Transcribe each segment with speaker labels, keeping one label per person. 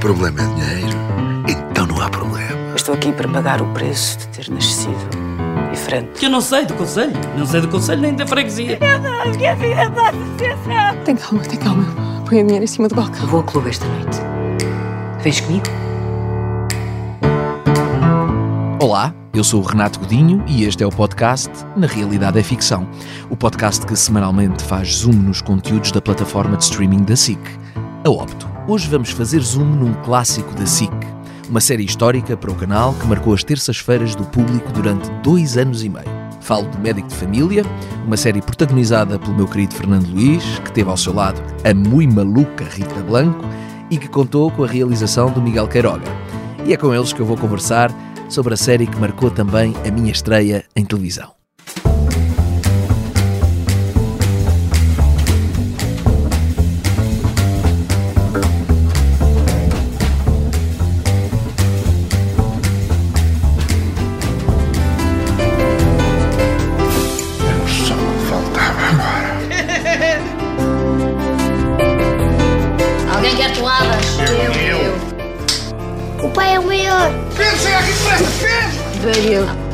Speaker 1: problema é dinheiro, então não há problema.
Speaker 2: Eu estou aqui para pagar o preço de ter nascido diferente.
Speaker 3: Que eu não sei do conselho, não sei do conselho nem da freguesia.
Speaker 4: Tem calma, tem calma. Põe a dinheiro em cima do balcão.
Speaker 2: Eu vou ao clube esta noite. Vens comigo?
Speaker 5: Olá, eu sou o Renato Godinho e este é o podcast Na Realidade é Ficção, o podcast que semanalmente faz zoom nos conteúdos da plataforma de streaming da SIC, a Opto. Hoje vamos fazer zoom num clássico da SIC, uma série histórica para o canal que marcou as terças-feiras do público durante dois anos e meio. Falo do Médico de Família, uma série protagonizada pelo meu querido Fernando Luís, que teve ao seu lado a muito maluca Rita Blanco e que contou com a realização do Miguel Queiroga. E é com eles que eu vou conversar sobre a série que marcou também a minha estreia em televisão.
Speaker 1: Só me faltava agora.
Speaker 6: Alguém quer toadas? Eu, eu. O pai é o maior. Pedro, chega aqui depressa, Pedro!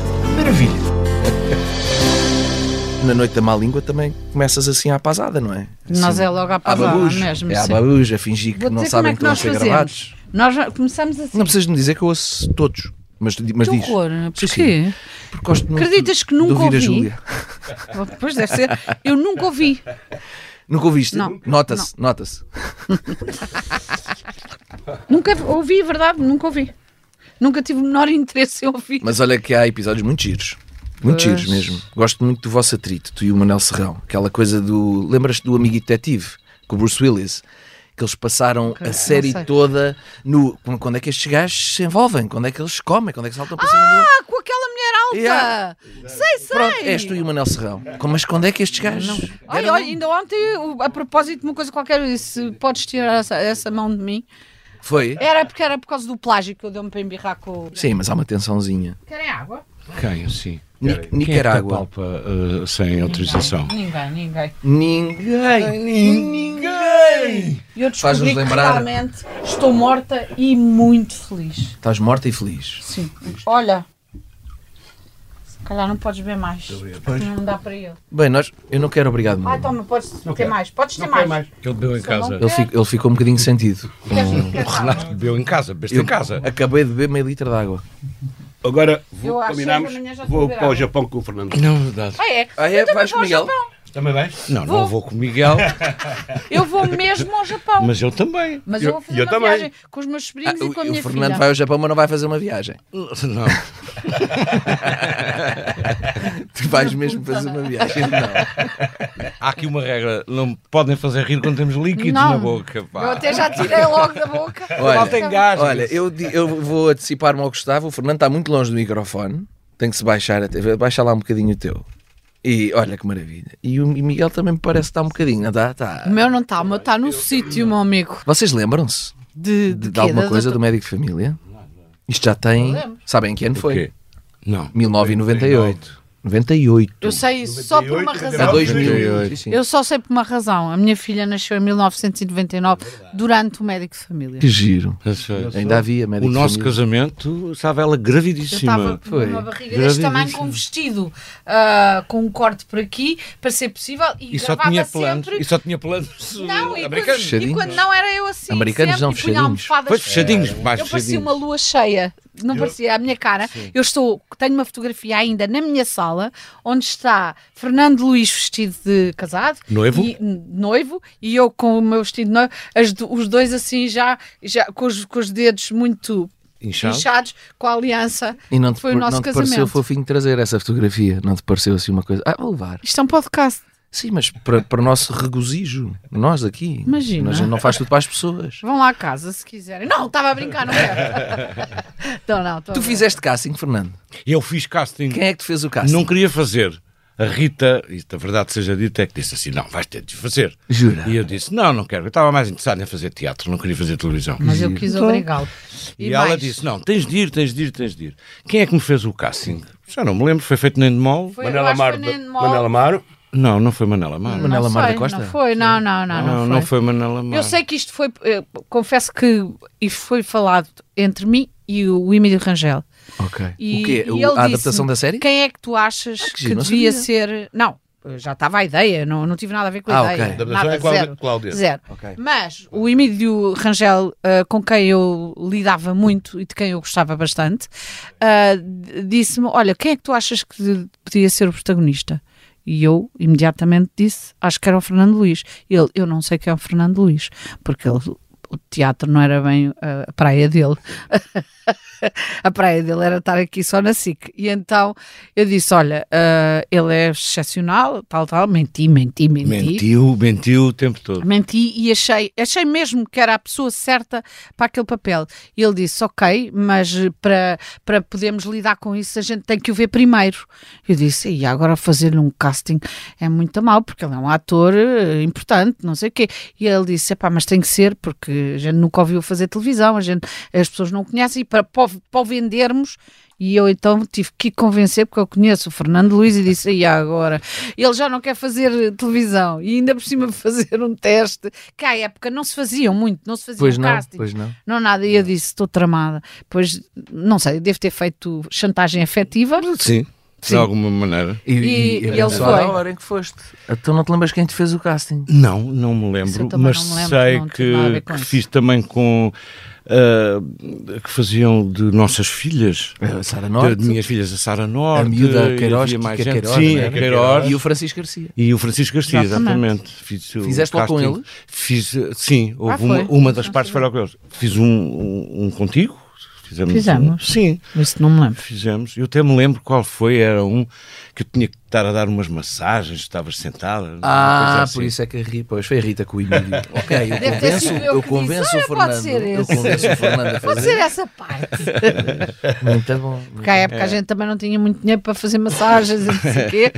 Speaker 5: Na noite da má língua também começas assim à pasada, não é? Assim,
Speaker 7: Nós é logo à pasada
Speaker 5: babuja.
Speaker 7: mesmo,
Speaker 5: É à
Speaker 7: sim.
Speaker 5: babuja, fingir que
Speaker 7: Vou
Speaker 5: não
Speaker 7: dizer
Speaker 5: sabem
Speaker 7: como é
Speaker 5: que
Speaker 7: que
Speaker 5: estão a
Speaker 7: nós
Speaker 5: ser
Speaker 7: fazemos.
Speaker 5: gravados.
Speaker 7: Nós já começamos assim.
Speaker 5: Não precisas me dizer que eu ouço todos, mas, mas
Speaker 7: Que
Speaker 5: diz.
Speaker 7: horror,
Speaker 5: Sim,
Speaker 7: porquê?
Speaker 5: sim. Porque gosto muito
Speaker 7: Acreditas que
Speaker 5: de
Speaker 7: nunca
Speaker 5: ouvir a
Speaker 7: ouvi? Oh,
Speaker 5: Júlia.
Speaker 7: Pois deve ser. Eu nunca ouvi.
Speaker 5: Nunca ouviste?
Speaker 7: Não.
Speaker 5: Nota-se, nota-se.
Speaker 7: Nunca ouvi, é verdade, nunca ouvi. Nunca tive o menor interesse em ouvir.
Speaker 5: Mas olha que há episódios muito giros. Muito
Speaker 7: Pois.
Speaker 5: giros mesmo. Gosto muito do vosso atrito, tu e o Manel Serrão. Aquela coisa do. Lembras-te do Amigo Detetive, com o Bruce Willis? Que eles passaram a
Speaker 7: não
Speaker 5: série
Speaker 7: sei.
Speaker 5: toda no. Quando é que estes gajos se envolvem? Quando é que eles comem? Quando é que saltam para cima do.
Speaker 7: Ah, com aquela mulher alta!
Speaker 5: Yeah.
Speaker 7: Sei, sei!
Speaker 5: Pronto, és tu e o Manel Serrão. Com- Mas quando é que estes gajos.
Speaker 7: Olha,
Speaker 5: um-
Speaker 7: olha, ainda ontem, o- a propósito de uma coisa qualquer, eu disse: podes tirar essa, essa mão de mim.
Speaker 5: Foi?
Speaker 7: Era porque era por causa do plágio que eu deu-me para embirrar com o.
Speaker 5: Sim, mas há uma tensãozinha.
Speaker 7: Querem água?
Speaker 8: Quem, assim? Quem
Speaker 5: Ni-
Speaker 8: é que
Speaker 5: Nicarágua.
Speaker 8: apalpa eh, sem autorização?
Speaker 7: Ninguém, ninguém.
Speaker 5: Ninguém. Ninguém.
Speaker 7: E eu
Speaker 5: Faz-nos
Speaker 7: descobri que
Speaker 5: lembrar-
Speaker 7: realmente estou morta e muito feliz.
Speaker 5: Estás morta e feliz.
Speaker 7: Sim. Olha. Se calhar não podes ver mais. porque Não dá para ele.
Speaker 5: Bem, nós. Eu não quero obrigado,
Speaker 7: Ah,
Speaker 5: Manel.
Speaker 7: toma, podes ter mais. Podes ter mais.
Speaker 8: Ele bebeu em casa.
Speaker 5: Ele, fico- ele ficou um bocadinho sentido.
Speaker 8: O Renato bebeu em casa, bebeste em casa.
Speaker 5: Acabei de beber meio litro de água.
Speaker 9: Agora
Speaker 7: Eu
Speaker 9: vou,
Speaker 7: às seis da
Speaker 9: combinamos,
Speaker 7: manhã já estou a
Speaker 9: vou
Speaker 7: beber
Speaker 9: para o
Speaker 7: água.
Speaker 9: Japão com o Fernando.
Speaker 8: Não, verdade.
Speaker 7: Ah, é?
Speaker 5: Ah,
Speaker 7: Eu
Speaker 5: é?
Speaker 7: também
Speaker 5: Vais
Speaker 7: vou
Speaker 5: com
Speaker 7: ao
Speaker 5: Miguel?
Speaker 7: Japão.
Speaker 9: Também vais?
Speaker 8: Não, não vou com o Miguel,
Speaker 7: Eu vou mesmo ao Japão. Mas,
Speaker 8: mas eu também.
Speaker 7: eu,
Speaker 9: eu-
Speaker 7: vou fazer
Speaker 9: eu
Speaker 7: uma
Speaker 9: também.
Speaker 7: viagem com os meus
Speaker 5: Ah,
Speaker 7: sobrinhos
Speaker 5: o,
Speaker 7: e com a
Speaker 5: o
Speaker 7: minha
Speaker 5: Fernando
Speaker 7: filha.
Speaker 5: vai ao Japão, mas não vai fazer uma viagem.
Speaker 8: Não.
Speaker 5: Tu vais mesmo fazer uma viagem. Não.
Speaker 8: Há aqui uma regra: não podem fazer rir quando temos líquidos
Speaker 7: Não.
Speaker 8: na boca. Pá.
Speaker 7: Eu até já tirei logo da boca.
Speaker 5: Olha,
Speaker 8: Falta engasgos.
Speaker 5: Olha, eu, di- eu vou antecipar-me ao Gustavo. O Fernando está muito longe do microfone. Tem que se baixar. até- Baixa lá um bocadinho o teu. E olha que maravilha. E o e Miguel também me parece que está um bocadinho. não Está, está.
Speaker 7: O meu não está, o meu está no sítio, meu amigo.
Speaker 5: Vocês lembram-se
Speaker 7: De,
Speaker 5: de, de
Speaker 7: quê?
Speaker 5: alguma
Speaker 7: Da
Speaker 5: coisa
Speaker 7: doutora-
Speaker 5: do médico de família? Isto já tem. Sabem que ano
Speaker 8: O
Speaker 5: foi?
Speaker 8: quê? Não.
Speaker 5: 1998. 98.
Speaker 7: Eu sei só por uma
Speaker 9: 98,
Speaker 7: razão.
Speaker 5: A 2000.
Speaker 8: 98.
Speaker 5: Sim, sim.
Speaker 7: Eu só sei por uma razão. A minha filha nasceu em 1999
Speaker 8: É
Speaker 7: durante o médico de família.
Speaker 5: Que giro.
Speaker 8: Eu sei.
Speaker 5: Ainda havia médico
Speaker 8: eh, O
Speaker 5: de
Speaker 8: nosso
Speaker 5: família.
Speaker 8: casamento estava ela
Speaker 7: Eu estava
Speaker 8: gravidíssima.
Speaker 7: com
Speaker 5: Foi.
Speaker 7: uma barriga deste tamanho, com um vestido, ah, com um corte por aqui, para ser possível, e,
Speaker 8: E só
Speaker 7: gravava
Speaker 8: tinha planos.
Speaker 7: sempre.
Speaker 8: E só tinha planos. eh,
Speaker 7: Não, e quando,
Speaker 8: americanos.
Speaker 7: e quando não era eu assim.
Speaker 5: Americanos
Speaker 7: sempre,
Speaker 5: não,
Speaker 7: e punha
Speaker 5: fechadinhos.
Speaker 7: almofadas.
Speaker 8: Pois fechadinhos, mais
Speaker 7: Eu parecia
Speaker 8: fechadinhos.
Speaker 7: uma lua cheia, não parecia a minha cara. Eu estou, tenho uma fotografia ainda na minha sala, onde está Fernando Luís vestido de casado,
Speaker 8: Noivo.
Speaker 7: e, noivo, e eu com o meu vestido de noivo, as do- os dois assim já, já com, os, com os dedos muito
Speaker 8: Inchado.
Speaker 7: inchados, com a aliança.
Speaker 5: E não te,
Speaker 7: Foi o
Speaker 5: par-
Speaker 7: nosso
Speaker 5: não te
Speaker 7: casamento.
Speaker 5: pareceu fofinho trazer essa fotografia? Não te pareceu assim uma coisa? Ah, vou levar.
Speaker 7: Isto é um podcast.
Speaker 5: Sim, mas para, para o nosso regozijo, nós aqui.
Speaker 7: Imagina.
Speaker 5: Nós não faz tudo para as pessoas.
Speaker 7: Vão lá a casa se quiserem. Não, estava a brincar, não quero. não, não, estou a
Speaker 5: Tu
Speaker 7: brincar.
Speaker 5: fizeste casting, Fernando.
Speaker 8: Eu fiz casting.
Speaker 5: Quem é que te fez o casting?
Speaker 8: Não queria fazer. A Rita, e da verdade seja dita, é que disse assim: não, vais ter de fazer.
Speaker 5: Jura?
Speaker 8: E eu disse: não, não quero. Eu estava mais interessado em fazer teatro, não queria fazer televisão.
Speaker 7: Mas eu quis obrigá-lo.
Speaker 8: E,
Speaker 7: E
Speaker 8: ela
Speaker 7: mais?
Speaker 8: disse: não, tens de ir, tens de ir, tens de ir. Quem é que me fez o casting? Já não me lembro, foi feito nem de mol.
Speaker 7: Foi, eu
Speaker 9: Manela
Speaker 7: acho que foi
Speaker 9: Amaro.
Speaker 7: nem de
Speaker 9: Manela Amaro.
Speaker 8: Não, não foi Manela Mar.
Speaker 5: Manela
Speaker 7: não
Speaker 5: Mar da
Speaker 7: sei,
Speaker 5: Costa?
Speaker 7: Não foi, não, não, não. não
Speaker 8: Não, não foi Manela Mar.
Speaker 7: Eu sei que isto foi, eh, confesso que isto foi falado entre mim e o Emílio Rangel.
Speaker 5: Ok.
Speaker 7: E,
Speaker 5: o quê?
Speaker 7: e
Speaker 5: O-
Speaker 7: ele
Speaker 5: a
Speaker 7: disse-me,
Speaker 5: adaptação da série? Ah,
Speaker 7: Quem é que tu achas
Speaker 5: que
Speaker 7: que,
Speaker 5: giro, não
Speaker 7: devia
Speaker 5: sabia.
Speaker 7: ser. Não, já estava a ideia, não, não tive nada a ver com a
Speaker 5: Ah,
Speaker 7: ideia.
Speaker 5: ok.
Speaker 7: Nada, zero.
Speaker 8: Cláudia.
Speaker 7: Zero.
Speaker 5: Ok.
Speaker 7: Mas o Emílio Rangel, ah, com quem eu lidava muito e de quem eu gostava bastante, ah, d- disse-me: Olha, quem é que tu achas que de- podia ser o protagonista? E eu imediatamente disse: Acho que era o Fernando Luís. Ele: Eu não sei quem é o Fernando Luís, porque ele- O teatro não era bem ah, a praia dele. a praia dele era estar aqui só na SIC. E então eu disse: Olha, ah, ele é excepcional, tal, tal. Menti, menti, menti.
Speaker 8: Mentiu, mentiu o tempo todo.
Speaker 7: Menti e achei, achei mesmo que era a pessoa certa para aquele papel. E ele disse: Ok, mas eh, para, para podermos lidar com isso, a gente tem que o ver primeiro. Eu disse: E agora fazer-lhe um casting é muito mal, porque ele é um ator eh, importante, não sei o quê. E ele disse: Epá, mas tem que ser, porque a gente nunca ouviu fazer televisão, a gente, as pessoas não o conhecem, e para, para, o- para o vendermos. E eu então tive que convencer, porque eu conheço o Fernando Luiz e disse, e agora? Ele já não quer fazer televisão e ainda por cima fazer um teste, que à época não se faziam muito, não se faziam
Speaker 5: Pois não,
Speaker 7: casting,
Speaker 5: pois não.
Speaker 7: não nada. E eu disse, estou tramada. Pois, não sei, devo ter feito chantagem afetiva.
Speaker 8: Sim, de alguma maneira.
Speaker 5: E,
Speaker 7: E- e ele
Speaker 5: só
Speaker 7: foi.
Speaker 5: à hora em que foste. Então não te lembras quem te fez o casting?
Speaker 8: Não, não me
Speaker 7: Isso eu
Speaker 8: lembro,
Speaker 7: também
Speaker 8: mas
Speaker 7: não me lembro,
Speaker 8: sei
Speaker 7: não tive nada a
Speaker 8: que,
Speaker 7: ver com
Speaker 8: que
Speaker 7: isso.
Speaker 8: fiz também com. ah, que faziam de nossas filhas.
Speaker 5: A Eh, Ah, Sara Norte.
Speaker 8: De minhas filhas, a Sara Norte.
Speaker 5: A miúda
Speaker 8: e
Speaker 5: Queiroz,
Speaker 8: havia
Speaker 5: que
Speaker 8: mais
Speaker 5: que é
Speaker 8: gente.
Speaker 5: Queiroz,
Speaker 8: Sim,
Speaker 5: não é?
Speaker 8: a Queiroz.
Speaker 5: E o Francisco Garcia.
Speaker 8: E o Francisco Garcia,
Speaker 7: Exatamente.
Speaker 8: exatamente. Fiz o
Speaker 5: Fizeste logo com
Speaker 8: casting.
Speaker 5: eles?
Speaker 8: Fiz, eh, sim, houve
Speaker 7: Ah, foi?
Speaker 8: uma, uma das partes foi logo com eles. Fiz um, um, um contigo. Fizemos. um-
Speaker 7: Fizemos.
Speaker 8: sim,
Speaker 7: Isso não me lembro.
Speaker 8: fizemos. Eu até me lembro qual foi, era um que eu tinha que estar a dar umas massagens, estavas sentada. uma coisa
Speaker 5: Ah,
Speaker 8: assim.
Speaker 5: por isso é que a Rita. Pois foi a Rita com o Emílio. ok, eu
Speaker 7: Deve ter
Speaker 5: convenço,
Speaker 7: sido eu
Speaker 5: eu
Speaker 7: que
Speaker 5: convenço
Speaker 7: disse,
Speaker 5: o
Speaker 7: "Olha, pode
Speaker 5: Fernando.
Speaker 7: ser
Speaker 5: Eu
Speaker 7: esse."
Speaker 5: convenço o Fernando a
Speaker 7: Fazer
Speaker 5: fazer.
Speaker 7: essa parte.
Speaker 5: Muito bom.
Speaker 7: Porque à
Speaker 5: É.
Speaker 7: época a gente também não tinha muito dinheiro para fazer massagens e não sei o quê.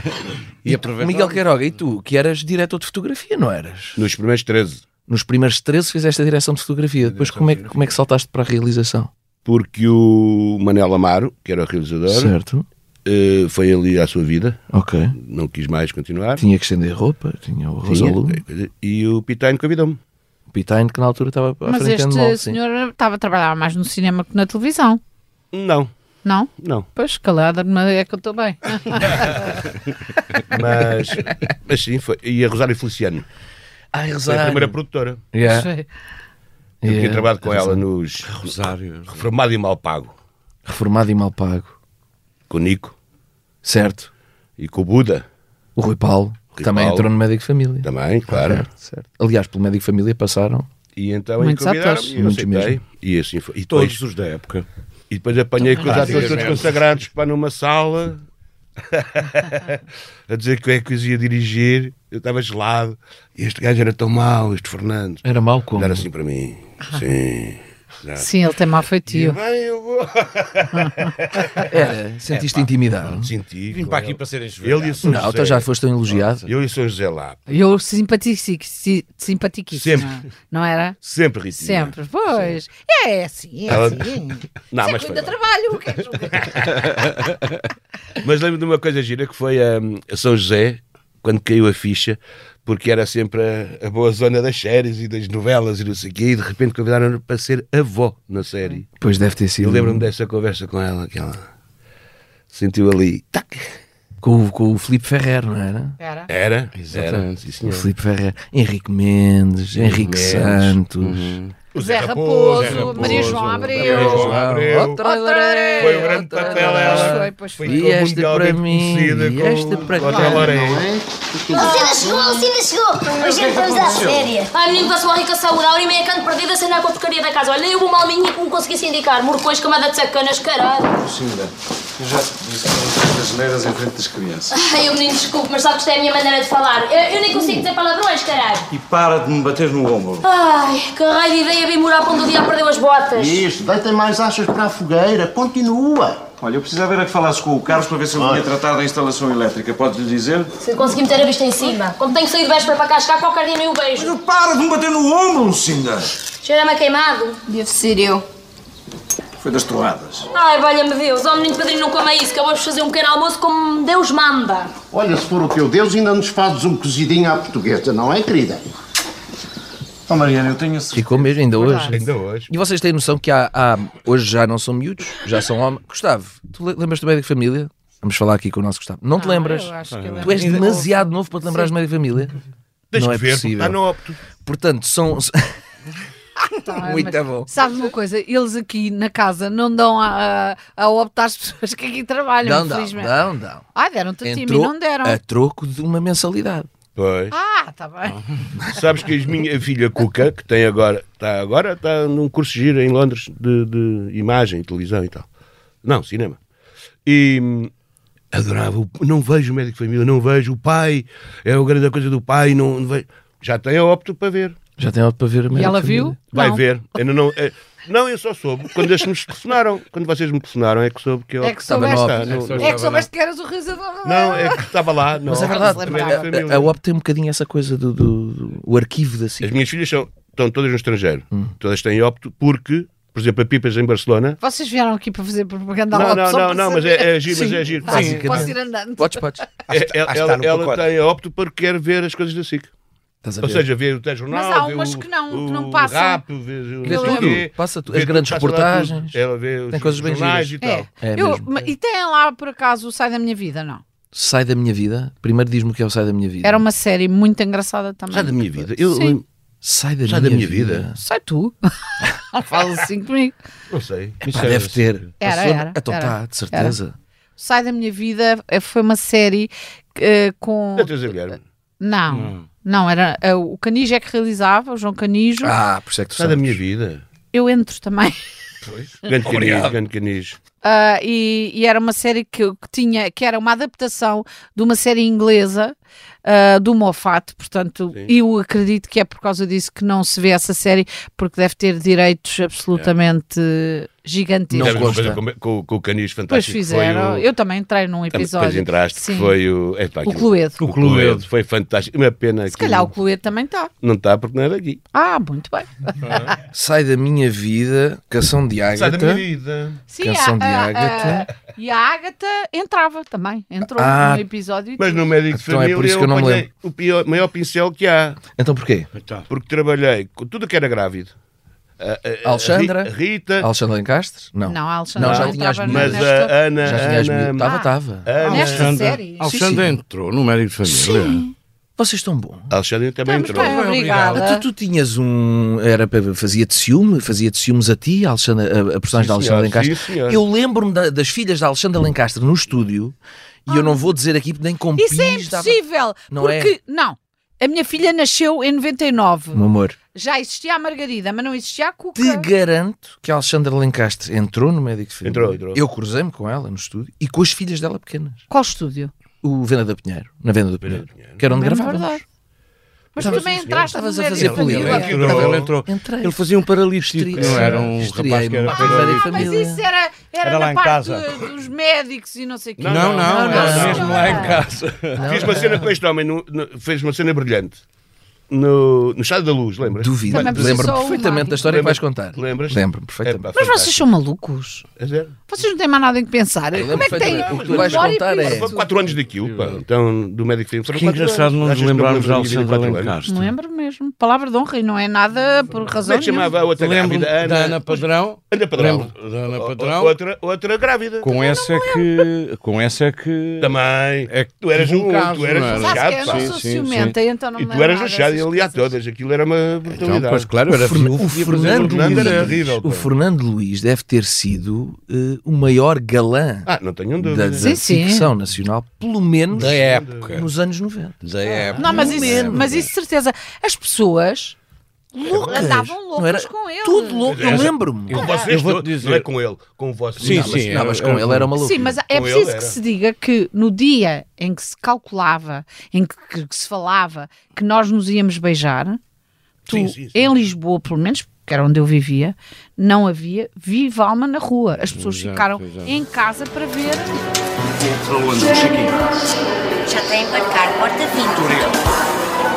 Speaker 8: E aproveitar.
Speaker 5: Miguel Queiroga, e tu, que eras diretor de fotografia, não eras?
Speaker 9: Nos primeiros 13.
Speaker 5: Nos primeiros 13 fizeste a direção de fotografia, depois como é, que- como é que saltaste para a realização?
Speaker 9: Porque o Manel Amaro, que era o realizador,
Speaker 5: Certo,
Speaker 9: eh, foi ali à sua vida,
Speaker 5: ok.
Speaker 9: não quis mais continuar.
Speaker 5: Tinha que estender roupa, tinha o
Speaker 9: Tinha,
Speaker 5: Rosalu,
Speaker 9: coisa- E o Pitaino convidou-me.
Speaker 5: o Pitain, que na altura estava à
Speaker 7: Mas
Speaker 5: frente de
Speaker 7: este
Speaker 5: Endemol, sim.
Speaker 7: senhor estava a trabalhar mais no cinema que na televisão,
Speaker 9: Não,
Speaker 7: não?
Speaker 9: não.
Speaker 7: Pois, calada, mas é que eu estou bem.
Speaker 9: Mas, mas sim, foi. E a Rosário Feliciano.
Speaker 5: Ai,
Speaker 9: Foi a
Speaker 5: Rosário.
Speaker 9: primeira produtora.
Speaker 5: Ah, Yeah,
Speaker 7: é.
Speaker 9: Eu
Speaker 5: yeah.
Speaker 9: tinha trabalhado com ela nos
Speaker 8: Rosário.
Speaker 9: Reformado e Mal Pago,
Speaker 5: Reformado e mal pago.
Speaker 9: com o Nico
Speaker 5: Certo.
Speaker 9: e com o Buda
Speaker 5: O Rui Paulo, que
Speaker 9: Rui
Speaker 5: também
Speaker 9: Paulo.
Speaker 5: entrou no Médico Família.
Speaker 9: também, claro.
Speaker 5: Certo, certo. Aliás, pelo Médico Família passaram.
Speaker 9: E então
Speaker 7: Muitos
Speaker 9: aí convidaram-me
Speaker 7: atores.
Speaker 9: e eu
Speaker 5: Muitos
Speaker 9: aceitei.
Speaker 5: mesmo.
Speaker 9: E assim foi. E
Speaker 8: Todos
Speaker 9: depois,
Speaker 8: os da época.
Speaker 9: e depois apanhei com os atores todos consagrados para numa sala a dizer que é que os ia dirigir. Eu estava gelado. E este gajo era tão mau, este Fernando.
Speaker 5: Era mal como?
Speaker 9: Era assim para mim. Sim.
Speaker 7: Sim, ele tem mal
Speaker 9: E
Speaker 7: feitio.
Speaker 9: bem, eu vou.
Speaker 5: Era, É, sentiste
Speaker 9: É,
Speaker 5: intimidade.
Speaker 9: Senti.
Speaker 8: Vim
Speaker 9: com
Speaker 8: para aqui
Speaker 9: ele.
Speaker 8: para serem
Speaker 9: Ele e o São
Speaker 5: Não,
Speaker 9: José.
Speaker 5: então já foste tão elogiado.
Speaker 9: Eu e o São José lá.
Speaker 7: Eu simpatiquei- si- simpatiquíssimo.
Speaker 9: Sempre.
Speaker 7: Não era?
Speaker 9: Sempre ritinho.
Speaker 7: Sempre, pois. É assim, é
Speaker 9: Ela-
Speaker 7: assim.
Speaker 9: Não,
Speaker 7: Isso é
Speaker 9: mas foi
Speaker 7: muito
Speaker 9: bem.
Speaker 7: trabalho. o que é que julga?
Speaker 9: Mas lembro de uma coisa gira que foi hum, a São José, quando caiu a ficha, porque era sempre a, a boa zona das séries e das novelas e não sei o quê, e de repente convidaram-no para ser avó na série.
Speaker 5: Pois deve ter
Speaker 9: E
Speaker 5: sido.
Speaker 9: eu lembro-me dessa conversa com ela, que ela sentiu ali. Tac!
Speaker 5: Com, o- com o Filipe Ferrer, não era?
Speaker 7: Era.
Speaker 9: Era? Era,
Speaker 5: Exatamente.
Speaker 9: sim,
Speaker 5: O
Speaker 9: senhor.
Speaker 5: Filipe Ferrer, Henrique Mendes, Henrique
Speaker 9: Mendes. Uhum.
Speaker 5: Santos.
Speaker 7: O Zé Raposo, Maria João Abreu.
Speaker 9: Maria João Abreu.
Speaker 5: Outra
Speaker 7: Outra
Speaker 5: vez,
Speaker 9: Foi um grande
Speaker 5: outra
Speaker 9: papel
Speaker 5: vez.
Speaker 9: ela.
Speaker 7: Pois foi, pois foi.
Speaker 5: E esta para mim, e esta para cá, é?
Speaker 10: Ah.
Speaker 6: Lucina chegou, Lucina chegou! Hoje entramos à séria!
Speaker 10: Ai, menino, passou a rica saúde, e meia cano perdida, sem andar com a porcaria da casa. Olha, eu uma alminha que me conseguisse indicar. Morcões, camada de sacanas, caralho.
Speaker 11: Lucinda, eu já te disse para não fazer as neiras em frente das crianças.
Speaker 10: Ai, eu menino, desculpe, mas sabe que isto é a minha maneira de falar. Eu, eu nem consigo dizer palavrões, caralho.
Speaker 11: E para de me bater no ombro.
Speaker 10: Ai, que raio de ideia vim morar para onde o diabo perdeu as botas.
Speaker 12: Isso, deita mais achas para a fogueira, continua.
Speaker 11: Olha, eu precisava era que falasses com o Carlos para ver se ele tinha tratado da instalação elétrica. Podes-lhe dizer?
Speaker 10: Se consegui meter a vista em cima, como tenho que sair de véspera para cá chegar, qualquer dia nem o beijo.
Speaker 11: Para de me bater no ombro, Lucinda!
Speaker 10: Cheira-me a queimado.
Speaker 6: Devo ser eu.
Speaker 11: Foi das torradas.
Speaker 10: Ai, valha-me Deus, ó menino Pedrinho, não coma isso, que eu vou-vos fazer um pequeno almoço como Deus manda.
Speaker 12: Olha, se for o teu Deus, ainda nos fazes um cozidinho à portuguesa, não é, querida?
Speaker 11: Oh, Mariana, eu tenho a certeza.
Speaker 5: Ficou mesmo ainda hoje.
Speaker 9: Ainda hoje.
Speaker 5: E vocês têm noção que há, há- hoje já não são miúdos, já são homens. Gustavo, tu le- lembras do Médico Família? Vamos falar aqui com o nosso Gustavo. Não te
Speaker 7: Ah,
Speaker 5: lembras?
Speaker 7: eu acho que eu
Speaker 5: tu és
Speaker 7: lembro.
Speaker 5: demasiado novo para te lembrar do Médico Família.
Speaker 9: Tens
Speaker 5: não
Speaker 9: que
Speaker 5: é
Speaker 9: ver, porque
Speaker 5: possível.
Speaker 9: está no opto.
Speaker 5: Portanto, são.
Speaker 7: Tá,
Speaker 5: Muito
Speaker 7: mas
Speaker 5: bom.
Speaker 7: Sabes uma coisa? Eles aqui na casa não dão a, a, a optar as pessoas que aqui trabalham,
Speaker 5: Dão, dão,
Speaker 7: infelizmente.
Speaker 5: dão, dão.
Speaker 7: Ah, deram-te a ti, a mim
Speaker 5: Entrou
Speaker 7: não deram.
Speaker 5: a troco de uma mensalidade.
Speaker 9: Pois.
Speaker 7: Ah, tá bem.
Speaker 9: Sabes que a minha filha Cuca, que tem agora, está agora, está num curso giro em Londres de, de imagem, televisão e tal. Não, cinema. E hum, adorava, o- não vejo o médico de família, não vejo o pai, é a grande coisa do pai, não, não vejo. Já tem a opto para ver.
Speaker 5: Já tem algo para ver a Médico
Speaker 7: ela
Speaker 5: Família.
Speaker 7: viu?
Speaker 9: Vai
Speaker 7: Não.
Speaker 9: ver. Ainda não, é- não, eu só soube. Quando estes me telefonaram, quando vocês me telefonaram, é que soube que a
Speaker 7: É
Speaker 9: opto
Speaker 7: que
Speaker 9: estava
Speaker 7: soubeste.
Speaker 9: então lá. Não, não-
Speaker 7: É que soubeste que eras o realizador.
Speaker 9: não, é que estava lá. Não,
Speaker 5: Mas é verdade, a, a, a OP tem um bocadinho essa coisa do, do- do- o arquivo da
Speaker 9: As
Speaker 5: SIC.
Speaker 9: minhas filhas são, estão todas no estrangeiro.
Speaker 5: Hum.
Speaker 9: Todas têm opto porque, por exemplo, a Pipas em Barcelona.
Speaker 7: Vocês vieram aqui para fazer propaganda
Speaker 9: Não,
Speaker 7: ao
Speaker 9: não,
Speaker 7: só
Speaker 9: não,
Speaker 7: para
Speaker 9: não, mas
Speaker 7: saber.
Speaker 9: é, é giro, mas é giro.
Speaker 7: Ah,
Speaker 9: Sim.
Speaker 7: Posso ir andando.
Speaker 5: Podes, podes.
Speaker 9: É- ela
Speaker 1: acho que está no
Speaker 9: ela
Speaker 1: pacote.
Speaker 9: tem a opto porque quer ver as coisas da SIC.
Speaker 5: Estás a
Speaker 9: Ou
Speaker 5: ver?
Speaker 9: seja, vê o telejornal,
Speaker 7: Mas há
Speaker 9: vê
Speaker 7: umas
Speaker 9: o-
Speaker 7: que não, que não
Speaker 9: o
Speaker 7: passam.
Speaker 9: Rap, vê, o-
Speaker 5: Vê
Speaker 9: não sei o
Speaker 5: tudo,
Speaker 9: quê,
Speaker 5: passa tu-
Speaker 9: vê
Speaker 5: as grandes
Speaker 9: passa lá tudo.
Speaker 5: reportagens.
Speaker 9: Ela vê os
Speaker 5: Tem coisas bem
Speaker 9: jornais e tal.
Speaker 7: É.
Speaker 5: É
Speaker 7: Eu-
Speaker 5: mesmo.
Speaker 7: ma- e tem lá, por acaso, o Sai da Minha Vida, não?
Speaker 5: Sai da minha vida. Primeiro diz-me o que é o Sai da minha vida.
Speaker 7: Era uma série muito engraçada também.
Speaker 9: Já da minha vida. Eu,
Speaker 7: Sim.
Speaker 9: eu-
Speaker 5: Sai da,
Speaker 9: Sai
Speaker 5: minha,
Speaker 9: da minha vida.
Speaker 7: Sai tu. Não Fala assim comigo.
Speaker 9: não sei.
Speaker 5: Pá, deve
Speaker 9: assim.
Speaker 5: ter.
Speaker 7: Era,
Speaker 5: Passou-
Speaker 7: era,
Speaker 5: Então
Speaker 7: era.
Speaker 5: tá, de certeza.
Speaker 7: Sai da Minha Vida eh, foi uma série eh, com...
Speaker 9: Da Teresa Guilherme.
Speaker 7: Não, não, era eh, o Canijo é que realizava, o João Canijo.
Speaker 5: Ah, por isso é que tu
Speaker 9: Está
Speaker 5: sabes.
Speaker 9: da minha vida.
Speaker 7: Eu entro também.
Speaker 9: Grande canijo, grande canijo.
Speaker 7: Ah, e, e era uma série que, que tinha que era uma adaptação de uma série inglesa ah, do Moffat, portanto, eu acredito que é por causa disso que não se vê essa série, porque deve ter direitos
Speaker 9: É.
Speaker 7: absolutamente
Speaker 5: Não
Speaker 7: gigantescos.
Speaker 9: Sabes uma coisa
Speaker 5: gosta.
Speaker 9: com, com- com o canijo
Speaker 7: Depois
Speaker 9: fantástico. que foi
Speaker 7: fizeram,
Speaker 9: o-
Speaker 7: eu também entrei num
Speaker 9: Também Depois
Speaker 7: episódio.
Speaker 9: entraste, que
Speaker 7: Sim.
Speaker 9: foi o. epá,
Speaker 7: o
Speaker 9: aquilo-
Speaker 7: Cluedo.
Speaker 9: O Cluedo foi fantástico. Uma pena
Speaker 7: Se
Speaker 9: que
Speaker 7: calhar o Cluedo também está.
Speaker 9: não está porque não era aqui.
Speaker 7: Ah, muito bem.
Speaker 5: Sai da minha vida, canção de Ágata.
Speaker 9: vida.
Speaker 7: Sim,
Speaker 5: Canção
Speaker 7: a-
Speaker 5: de
Speaker 7: a- a-
Speaker 5: Ágata.
Speaker 7: e a Ágata entrava também, entrou
Speaker 5: Ah,
Speaker 7: no episódio. e
Speaker 9: Mas no médico de
Speaker 5: Então é
Speaker 9: família
Speaker 5: por isso que eu não me
Speaker 9: apanhei
Speaker 5: lembro.
Speaker 9: o pior- maior pincel que há.
Speaker 5: Então porquê?
Speaker 9: Eh, Porque trabalhei com tudo que era grávido. A- a- a-
Speaker 5: Alexandra?
Speaker 9: Ri- eh, Rita.
Speaker 5: Alexandre Lencastre? Não.
Speaker 7: Não, a Alexandra
Speaker 5: Não,
Speaker 7: não
Speaker 5: já tinha as
Speaker 7: entrava
Speaker 9: Mas
Speaker 5: meninas.
Speaker 7: nesta-
Speaker 9: a Ana.
Speaker 5: Já tá- tinha as mil.
Speaker 9: Ana,
Speaker 7: Ah.
Speaker 5: Estava, estava.
Speaker 9: Ana
Speaker 7: É Nesta
Speaker 1: Alexandra,
Speaker 7: série?
Speaker 1: Alexandra entrou no médico de família.
Speaker 5: Vocês estão bom.
Speaker 9: Alexandre também
Speaker 7: Estamos
Speaker 9: entrou.
Speaker 7: Tá bem,
Speaker 1: Foi,
Speaker 9: É.
Speaker 7: obrigada.
Speaker 5: Então tu tinhas um. Era, para- fazia de ciúme, fazia de ciúmes a ti, a, Alexandra, a, a personagem da
Speaker 9: Sim, senhor,
Speaker 5: Alexandra Lencastre.
Speaker 9: sim, senhor.
Speaker 5: eu lembro-me da- das filhas da Alexandra Lencastre no estúdio e eu não vou dizer aqui nem com
Speaker 7: Ah. Isso é
Speaker 5: pis dava-
Speaker 7: impossível!
Speaker 5: Não é?
Speaker 7: porque, não, a minha filha nasceu em 99.
Speaker 5: Meu amor,
Speaker 7: Já existia a Margarida, mas não existia a Cuca.
Speaker 5: te garanto que a Alexandra Lencastre entrou no médico de família.
Speaker 9: Entrou, entrou.
Speaker 5: Eu cruzei-me com ela no estúdio e com as filhas dela pequenas.
Speaker 7: Qual estúdio?
Speaker 5: O Venda da Pinheiro, na Venda do Pinheiro, que era onde
Speaker 7: Não é
Speaker 5: gravávamos.
Speaker 7: verdade. Mas é
Speaker 5: Estavas-
Speaker 7: também entraste
Speaker 5: estavas
Speaker 7: no
Speaker 5: a fazer
Speaker 7: médio da
Speaker 5: política.
Speaker 7: família.
Speaker 1: Ele entrou. é? Ele entrou.
Speaker 5: Entrei.
Speaker 1: Ele fazia um paralítico, não era um rapaz que era
Speaker 5: Estreiei-me. Primeira
Speaker 1: paralítico.
Speaker 7: Ah, mas
Speaker 5: família.
Speaker 7: isso era, era,
Speaker 1: Era
Speaker 7: na
Speaker 1: lá em
Speaker 7: parte
Speaker 1: casa.
Speaker 7: do- dos médicos e não sei o quê.
Speaker 1: Não, Ah, não,
Speaker 7: Não, não,
Speaker 1: era
Speaker 7: não.
Speaker 1: mesmo lá em casa.
Speaker 9: Fiz uma cena com este homem, no- no- fez uma cena brilhante. No, no Estado da Luz, lembras?
Speaker 5: Duvido.
Speaker 7: Também preciso
Speaker 5: Lembro-me
Speaker 7: só uma.
Speaker 5: perfeitamente da história que vais contar.
Speaker 9: Lembras?
Speaker 1: É,
Speaker 5: Lembro-me
Speaker 9: Epá,
Speaker 5: perfeitamente.
Speaker 7: Mas vocês
Speaker 9: É, fantástico.
Speaker 7: são malucos.
Speaker 9: É sério.
Speaker 7: Vocês não têm mais nada em que pensar.
Speaker 5: Eu
Speaker 7: Como é que têm
Speaker 5: perfeitamente. O que tu vais
Speaker 7: memória
Speaker 5: contar
Speaker 7: para
Speaker 5: é-
Speaker 7: isso?
Speaker 9: Foram quatro anos daquilo, pá. Então, do médico filho.
Speaker 1: Que engraçado não nos lembrarmos de Alexandre
Speaker 5: é.
Speaker 7: Não é?
Speaker 1: Alencastro.
Speaker 7: lembro mesmo. Palavra de honra e não é nada por
Speaker 9: Como
Speaker 7: razão
Speaker 9: é que chamava a outra
Speaker 1: Lembro
Speaker 9: grávida?
Speaker 1: da Ana
Speaker 9: Ana,
Speaker 1: Padrão.
Speaker 9: Ana Padrão.
Speaker 1: Lembro da Ana
Speaker 9: O- o-
Speaker 1: Padrão.
Speaker 9: Outra, outra grávida.
Speaker 1: Com essa é que. Com essa é que.
Speaker 9: Também.
Speaker 1: É que
Speaker 9: tu eras
Speaker 1: tive
Speaker 9: um,
Speaker 1: caso,
Speaker 9: tu eras
Speaker 1: não era?
Speaker 9: um
Speaker 7: Sabe que
Speaker 9: chato,
Speaker 7: eu não
Speaker 9: pá.
Speaker 7: sou
Speaker 1: sim, sim.
Speaker 7: ciumenta, e então não
Speaker 9: E
Speaker 7: me
Speaker 9: tu
Speaker 7: lembro
Speaker 9: eras um
Speaker 7: nada
Speaker 9: chato e
Speaker 7: dessas
Speaker 9: ele ia a
Speaker 7: coisas.
Speaker 9: todas. Aquilo era uma
Speaker 1: Então,
Speaker 9: brutalidade.
Speaker 1: pois claro, era
Speaker 5: O Fernan-
Speaker 1: viúvo
Speaker 5: o
Speaker 1: e apresentava
Speaker 5: Fernando
Speaker 1: televisão.
Speaker 5: Luís-
Speaker 9: era terrível.
Speaker 5: O
Speaker 9: pá.
Speaker 5: Fernando Luís deve ter sido eh, o maior galã
Speaker 9: Ah, não tenho
Speaker 5: da,
Speaker 9: dúvida.
Speaker 5: da
Speaker 7: Sim, sim.
Speaker 5: ficção nacional, pelo menos
Speaker 1: Da época.
Speaker 5: nos anos 90.
Speaker 1: Da
Speaker 7: Ah.
Speaker 1: época.
Speaker 7: Não, mas isso, mas isso de certeza. As pessoas
Speaker 5: Loucas.
Speaker 7: andavam
Speaker 5: É Não era-
Speaker 7: loucas com ele.
Speaker 5: Tudo louco, eu lembro-me.
Speaker 9: Com vocês
Speaker 1: Eu vou-te
Speaker 9: todos,
Speaker 1: dizer-
Speaker 9: Não é com ele, com vocês.
Speaker 1: é- Sim,
Speaker 9: Não, mas-
Speaker 1: sim.
Speaker 5: Não, mas com ele era uma loucura.
Speaker 7: Sim, mas é
Speaker 9: Com ele
Speaker 7: preciso
Speaker 9: era.
Speaker 7: que se diga que no dia em que se calculava, em que, que- que se falava que nós nos íamos beijar, tu,
Speaker 9: Sim, sim, sim.
Speaker 7: em Lisboa, pelo menos, que era onde eu vivia, não havia viva alma na rua. As pessoas ficaram em casa para ver.
Speaker 11: Entrou André Chiquinho.
Speaker 13: Já tem a embarcar, porta 20.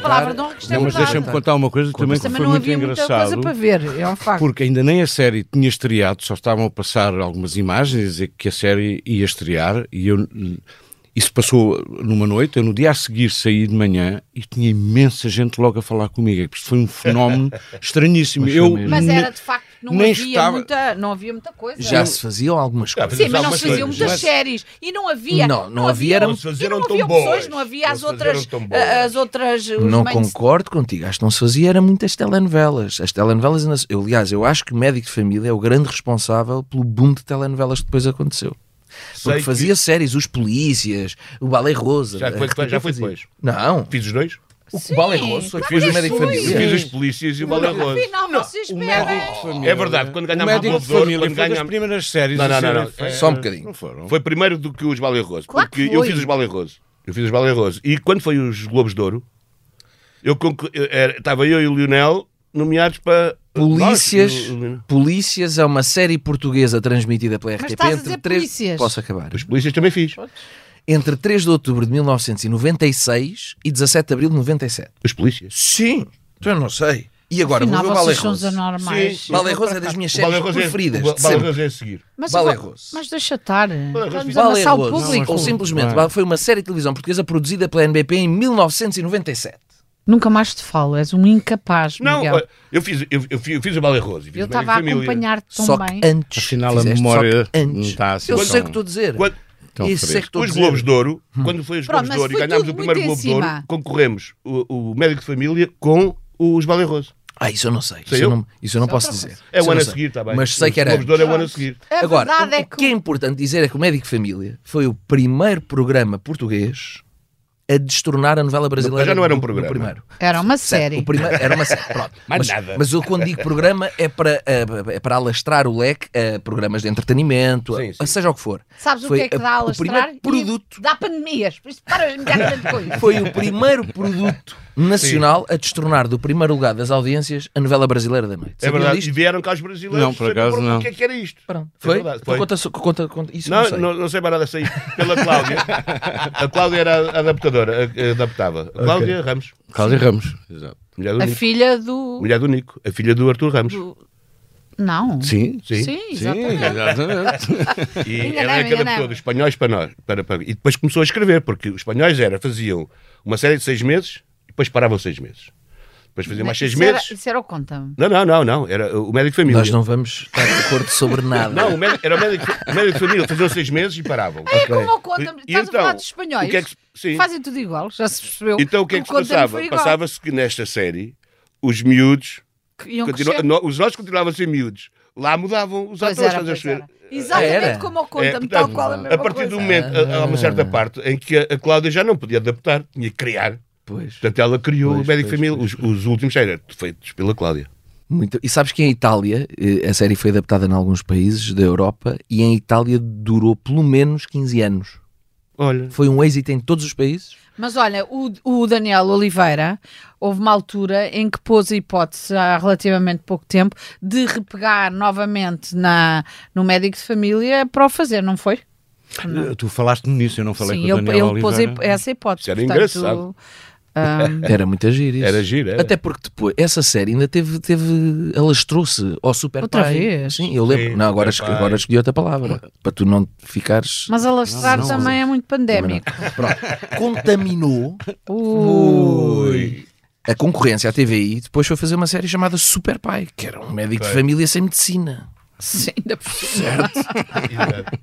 Speaker 7: palavra de honra que isto é
Speaker 1: Não, mas
Speaker 7: verdade.
Speaker 1: deixa-me contar uma coisa também que
Speaker 7: também
Speaker 1: foi
Speaker 7: não
Speaker 1: muito
Speaker 7: havia muita coisa
Speaker 1: engraçado.
Speaker 7: para ver, é um
Speaker 9: Ah.
Speaker 7: facto.
Speaker 1: Porque ainda nem a série tinha estreado, só estavam a passar algumas imagens a dizer que a série ia estrear e eu. Isso passou numa noite, eu no dia a seguir saí de manhã e tinha imensa gente logo a falar comigo. Isto foi um fenómeno estranhíssimo.
Speaker 7: Mas,
Speaker 1: eu ne-
Speaker 7: era de facto, não
Speaker 1: nem
Speaker 7: havia,
Speaker 1: estava-
Speaker 7: muita, não havia muita coisa.
Speaker 5: Já se faziam algumas coisas.
Speaker 7: Sim, mas não se faziam muitas
Speaker 5: Mas-
Speaker 7: séries e não havia.
Speaker 5: Não, não havia,
Speaker 7: Não,
Speaker 5: eram-
Speaker 7: e
Speaker 5: Não se faziam
Speaker 7: não
Speaker 5: tão
Speaker 7: havia opções,
Speaker 5: boas.
Speaker 7: não havia
Speaker 5: Não
Speaker 7: as
Speaker 5: se faziam
Speaker 7: outras.
Speaker 5: tão boas.
Speaker 7: As outras. os
Speaker 5: Não
Speaker 7: main-
Speaker 5: concordo contigo. Acho que não se fazia, era muitas telenovelas. As telenovelas, ainda se- eu, aliás, eu acho que o médico de família é o grande responsável pelo boom de telenovelas que depois aconteceu.
Speaker 9: Sei
Speaker 5: Porque
Speaker 9: que-
Speaker 5: fazia séries, os polícias, o Balé Rosa.
Speaker 9: Já
Speaker 1: é
Speaker 9: foi-
Speaker 5: aquilo
Speaker 9: já foi
Speaker 5: fazia.
Speaker 9: depois.
Speaker 5: Não.
Speaker 9: Fiz os dois?
Speaker 5: O Balé Rosa,
Speaker 9: Claro
Speaker 5: fiz
Speaker 9: que
Speaker 5: o médico de
Speaker 9: fui.
Speaker 5: família.
Speaker 9: Fiz as polícias e o Balé Rosa.
Speaker 7: Afinal, vocês bebem.
Speaker 9: É verdade, quando ganhámos
Speaker 1: O
Speaker 9: o
Speaker 1: Médico de
Speaker 9: Globo de Ouro,
Speaker 1: Família
Speaker 9: quando
Speaker 1: foi das
Speaker 9: ganhámos-
Speaker 1: primeiras séries
Speaker 9: Não,
Speaker 1: a
Speaker 9: não, não,
Speaker 1: serem
Speaker 9: não.
Speaker 1: feitas.
Speaker 5: Só um bocadinho.
Speaker 1: Não foram?
Speaker 9: Foi primeiro do que os Balé Roso.
Speaker 7: Claro que
Speaker 9: porque eu
Speaker 7: foi.
Speaker 9: fiz os Balé Roso. Eu fiz os Balé Roso. E quando foi os Globos de Ouro, eu concor- eu era- estava eu e o Lionel nomeados para.
Speaker 5: Polícias,
Speaker 9: Nós, o- o-
Speaker 5: Polícias é uma série portuguesa transmitida pela
Speaker 7: Mas
Speaker 5: RTP
Speaker 7: estás a
Speaker 5: entre
Speaker 7: dizer
Speaker 5: 3
Speaker 7: polícias.
Speaker 5: Posso acabar.
Speaker 9: Os polícias também fiz.
Speaker 5: Entre 3 de outubro de 1996 e 17 de abril de 97.
Speaker 9: Os polícias.
Speaker 5: Sim, então eu não sei. E agora
Speaker 7: Afinal,
Speaker 5: vou ver o Balé
Speaker 7: vocês são os
Speaker 5: Rosa.
Speaker 7: anormais.
Speaker 5: Sim, Balé Rosa é das minhas
Speaker 9: O Balé
Speaker 5: séries
Speaker 9: Roso é-
Speaker 5: preferidas.
Speaker 9: o Ba-
Speaker 5: de
Speaker 9: Balé
Speaker 5: sempre.
Speaker 9: Roso é a seguir.
Speaker 7: Mas,
Speaker 5: Balé
Speaker 7: eu-
Speaker 5: Rosa.
Speaker 7: mas deixa estar. Estamos a
Speaker 5: Balé
Speaker 7: amassar o
Speaker 5: Rosa,
Speaker 7: público.
Speaker 5: Ou simplesmente, Balé- foi uma série de televisão portuguesa produzida pela NBP em 1997.
Speaker 7: Nunca mais te falo, és um incapaz,
Speaker 9: Não,
Speaker 7: Miguel.
Speaker 9: eu fiz, eu, eu fiz, eu fiz o Balé Roso. e fiz
Speaker 7: Eu
Speaker 9: o Médico
Speaker 7: estava a
Speaker 9: Família.
Speaker 7: acompanhar-te tão
Speaker 5: Só
Speaker 7: bem.
Speaker 5: que antes.
Speaker 1: Afinal, a
Speaker 5: fizeste, só
Speaker 1: memória
Speaker 5: que antes.
Speaker 1: não está assim
Speaker 5: Eu
Speaker 1: tão-
Speaker 5: sei o que estou a dizer.
Speaker 9: Quando-
Speaker 1: Tão
Speaker 5: Isso é
Speaker 1: fresco.
Speaker 5: que estou a
Speaker 9: os
Speaker 5: dizer. Hum.
Speaker 9: Globos de Ouro, quando foi os
Speaker 7: Pronto,
Speaker 9: Globos
Speaker 7: mas
Speaker 9: de Ouro e
Speaker 7: foi
Speaker 9: ganhámos
Speaker 7: tudo
Speaker 9: o primeiro
Speaker 7: muito
Speaker 9: Globo
Speaker 7: em
Speaker 9: de Ouro,
Speaker 7: cima.
Speaker 9: concorremos o, o Médico de Família com os Balé Roso.
Speaker 5: Ah, isso eu não sei.
Speaker 9: Sei
Speaker 5: isso eu,
Speaker 9: eu?
Speaker 5: não, isso eu não posso dizer.
Speaker 9: É
Speaker 5: Isso
Speaker 9: o
Speaker 5: eu
Speaker 9: ano
Speaker 5: não
Speaker 9: a
Speaker 5: sei.
Speaker 9: seguir, está bem.
Speaker 5: Mas sei que era
Speaker 9: Os Globos de Ouro é o ano a
Speaker 7: antes.
Speaker 9: seguir.
Speaker 7: A
Speaker 5: Agora,
Speaker 7: verdade é
Speaker 5: o que é
Speaker 7: que.
Speaker 5: importante dizer é que o Médico de Família foi o primeiro programa português a destornar a novela brasileira.
Speaker 9: Mas já não era um
Speaker 5: do- do
Speaker 9: programa.
Speaker 5: primeiro.
Speaker 7: Era uma
Speaker 5: Certo,
Speaker 7: série.
Speaker 5: o primeiro era uma série. Pronto.
Speaker 9: Mais
Speaker 5: mas,
Speaker 9: nada.
Speaker 5: mas eu quando digo programa é para, eh, é para alastrar o leque a programas de entretenimento,
Speaker 9: Sim,
Speaker 5: a- seja o que for.
Speaker 7: Sabes o
Speaker 5: Foi
Speaker 7: que é que dá a
Speaker 5: a- o primeiro
Speaker 7: alastrar? E
Speaker 5: produto.
Speaker 7: Dá pandemias. Por isso, para imediatamente com isso.
Speaker 5: Foi o primeiro produto nacional a destornar do primeiro lugar das audiências a novela brasileira da noite.
Speaker 9: É
Speaker 5: Sabiam
Speaker 9: verdade.
Speaker 5: disto?
Speaker 9: E vieram cá os brasileiros.
Speaker 1: Não, por
Speaker 9: saber
Speaker 1: acaso, não.
Speaker 9: O que é que era isto?
Speaker 5: Pronto.
Speaker 9: É
Speaker 5: Foi?
Speaker 9: verdade,
Speaker 5: Então
Speaker 9: foi.
Speaker 5: Conta, só- conta, conta. Isso eu não,
Speaker 9: Não,
Speaker 5: sei.
Speaker 9: não, não sei mais nada sair pela Cláudia. a Cláudia era a adaptadora, a- a adaptava. A Cláudia Ramos,
Speaker 1: Cláudia Ramos. Exato.
Speaker 9: mulher do,
Speaker 7: A
Speaker 9: Nico,
Speaker 7: filha do.
Speaker 9: mulher do Nico, a filha do Arthur Ramos.
Speaker 7: do- Não.
Speaker 1: Sim.
Speaker 9: Sim.
Speaker 7: Sim,
Speaker 1: Sim,
Speaker 7: exatamente.
Speaker 1: exatamente.
Speaker 9: E
Speaker 7: Enganei-me,
Speaker 9: ela é que adaptou
Speaker 7: enganei-me.
Speaker 9: dos espanhóis para nós. Para, para- e depois começou a escrever, porque os espanhóis era, faziam uma série de seis meses e depois paravam seis meses. Depois faziam mais seis
Speaker 7: Isso era-
Speaker 9: meses.
Speaker 7: Isso era o conta-me.
Speaker 9: Não, não, não, não. Era o médico de família.
Speaker 5: Nós não vamos estar de acordo sobre nada.
Speaker 9: Não, o médico, era o médico, o médico de família. Faziam seis meses e paravam.
Speaker 7: É como o conta-me.
Speaker 9: E
Speaker 7: Estás a falar
Speaker 9: então,
Speaker 7: dos espanhóis.
Speaker 9: o que é que se- sim.
Speaker 7: Fazem tudo igual, já se percebeu.
Speaker 9: Então o que é que se
Speaker 7: Conta-me
Speaker 9: passava?
Speaker 7: foi igual.
Speaker 9: Passava-se que nesta série os miúdos.
Speaker 7: Que iam
Speaker 9: continua-
Speaker 7: crescer.
Speaker 9: no- os nossos continuavam a ser miúdos. Lá mudavam os atores,
Speaker 7: Pois era,
Speaker 9: estás a
Speaker 7: pois
Speaker 9: perceber?
Speaker 7: era. Exatamente
Speaker 5: Era.
Speaker 7: como o
Speaker 9: É,
Speaker 7: conta-me,
Speaker 9: portanto,
Speaker 7: tal qual a mesma
Speaker 9: a partir do
Speaker 7: coisa.
Speaker 9: momento, há- há uma certa parte em que a, a Cláudia já não podia adaptar, tinha que criar.
Speaker 5: Pois.
Speaker 9: Portanto, ela criou
Speaker 5: Pois,
Speaker 9: o Médico
Speaker 5: pois,
Speaker 9: Família. Os, os últimos eram feitos pela Cláudia.
Speaker 5: Muito. E sabes que em Itália, eh, a série foi adaptada em alguns países da Europa e em Itália durou pelo menos 15 anos.
Speaker 9: Olha.
Speaker 5: Foi um êxito em todos os países.
Speaker 7: Mas olha, o, o Daniel Oliveira houve uma altura em que pôs a hipótese há relativamente pouco tempo de repegar novamente na, no médico de família para o fazer, não foi?
Speaker 1: Eh, tu falaste nisso, eu não falei
Speaker 7: Sim,
Speaker 1: com o
Speaker 7: ele,
Speaker 1: Daniel
Speaker 7: ele pôs a
Speaker 1: Oliveira.
Speaker 7: hip- essa hipótese.
Speaker 9: Isso era
Speaker 7: portanto,
Speaker 9: engraçado.
Speaker 7: ahm,
Speaker 5: Era muito giro isso.
Speaker 9: Era giro, era.
Speaker 5: Até porque depois, essa série ainda teve, teve alastrou-se ao Super
Speaker 7: Outra
Speaker 5: Pai.
Speaker 7: vez?
Speaker 5: Sim, eu lembro.
Speaker 9: Sim,
Speaker 5: não, agora,
Speaker 9: Super
Speaker 5: escolhi,
Speaker 9: Pai.
Speaker 5: agora escolhi outra palavra. Para tu não ficares...
Speaker 7: mas alastrar
Speaker 5: Não, não,
Speaker 7: também é muito
Speaker 5: Também não.
Speaker 7: pandémico.
Speaker 5: Pronto. Contaminou
Speaker 7: Ui.
Speaker 5: a concorrência à TVI. Depois foi fazer uma série chamada Super Pai, que era um médico de família sem medicina.
Speaker 7: Sim, ainda por cima.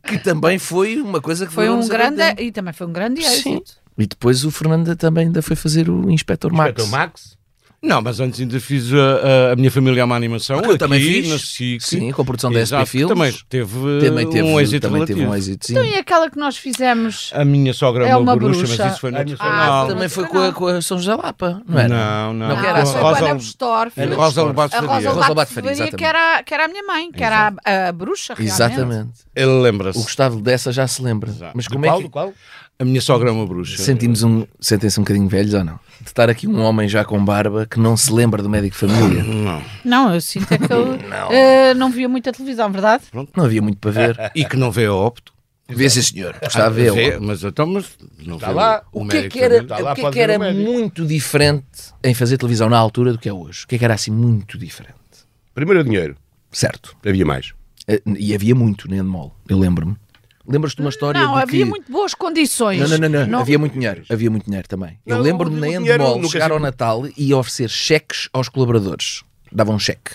Speaker 5: Que também foi uma coisa que
Speaker 7: Foi
Speaker 5: durou
Speaker 7: um
Speaker 5: uns
Speaker 7: grande.
Speaker 5: 70.
Speaker 7: E também foi um grande
Speaker 5: Sim.
Speaker 7: êxito.
Speaker 5: E depois o Fernando também ainda foi fazer o Inspector Max.
Speaker 9: Espetou então, Max.
Speaker 1: Não, mas antes ainda fiz eh, a, a- a minha família é uma animação.
Speaker 5: Ah, Que eu também
Speaker 1: aqui
Speaker 5: fiz.
Speaker 1: Na SIC.
Speaker 5: Sim, com a produção da
Speaker 1: Exato,
Speaker 5: SP Films.
Speaker 1: Também teve, eh,
Speaker 5: Também teve
Speaker 1: um êxito
Speaker 5: também teve
Speaker 1: relativo.
Speaker 5: um êxito, sim.
Speaker 7: Então, e aquela que nós fizemos?
Speaker 1: A minha sogra é
Speaker 7: É
Speaker 1: uma
Speaker 7: uma
Speaker 1: bruxa,
Speaker 7: bruxa.
Speaker 1: mas isso foi no
Speaker 9: Ah, não
Speaker 1: outro
Speaker 9: foi
Speaker 1: canal.
Speaker 7: nada.
Speaker 5: também foi
Speaker 7: Não.
Speaker 5: com a, com a São José Lapa, não era?
Speaker 1: Não, não.
Speaker 5: Não, que era
Speaker 7: Ah,
Speaker 5: a
Speaker 1: Com
Speaker 7: foi
Speaker 1: a Rosa-
Speaker 7: Ana Bustorf.
Speaker 1: Era Rosa Lobato
Speaker 7: A Rosa
Speaker 1: Faria.
Speaker 5: Lobato
Speaker 7: Lobato
Speaker 5: Faria,
Speaker 7: Faria, que
Speaker 5: exatamente.
Speaker 7: era, que era a minha mãe, que era a, a bruxa, realmente.
Speaker 5: Exatamente.
Speaker 1: Ele
Speaker 5: O
Speaker 1: lembra-se.
Speaker 5: Gustavo dessa já se lembra.
Speaker 1: Exato.
Speaker 5: Mas
Speaker 9: Do
Speaker 5: como
Speaker 9: qual?
Speaker 5: é
Speaker 9: Do
Speaker 5: que.
Speaker 9: qual?
Speaker 1: A minha sogra é uma bruxa.
Speaker 5: Sentimos um, sentem-se um bocadinho velhos ou não? De estar aqui um homem já com barba que não se lembra do médico de família.
Speaker 1: Não.
Speaker 7: Não, eu sinto é que eu eh, não via muita televisão, verdade?
Speaker 5: Não havia muito para ver.
Speaker 1: E que não veio a óbito.
Speaker 5: Vê sim, senhor. Está a vê-lo.
Speaker 1: Mas então, mas não
Speaker 5: está lá. O, o que é que era,
Speaker 1: tá
Speaker 5: o que é que era muito diferente em fazer televisão na altura do que é hoje? O que é que era assim muito diferente?
Speaker 9: Primeiro o dinheiro.
Speaker 5: Certo.
Speaker 9: Havia mais.
Speaker 5: Eh, E havia muito no Endemol, eu lembro-me. Lembras-te de uma história
Speaker 7: Não,
Speaker 5: de
Speaker 7: havia
Speaker 5: que...
Speaker 7: muito boas condições.
Speaker 5: Não, não, não, não, não. havia muito dinheiro. Havia muito dinheiro também. Não, eu lembro-me na Endemol chegar ao Natal e oferecer cheques aos colaboradores. Davam um cheque.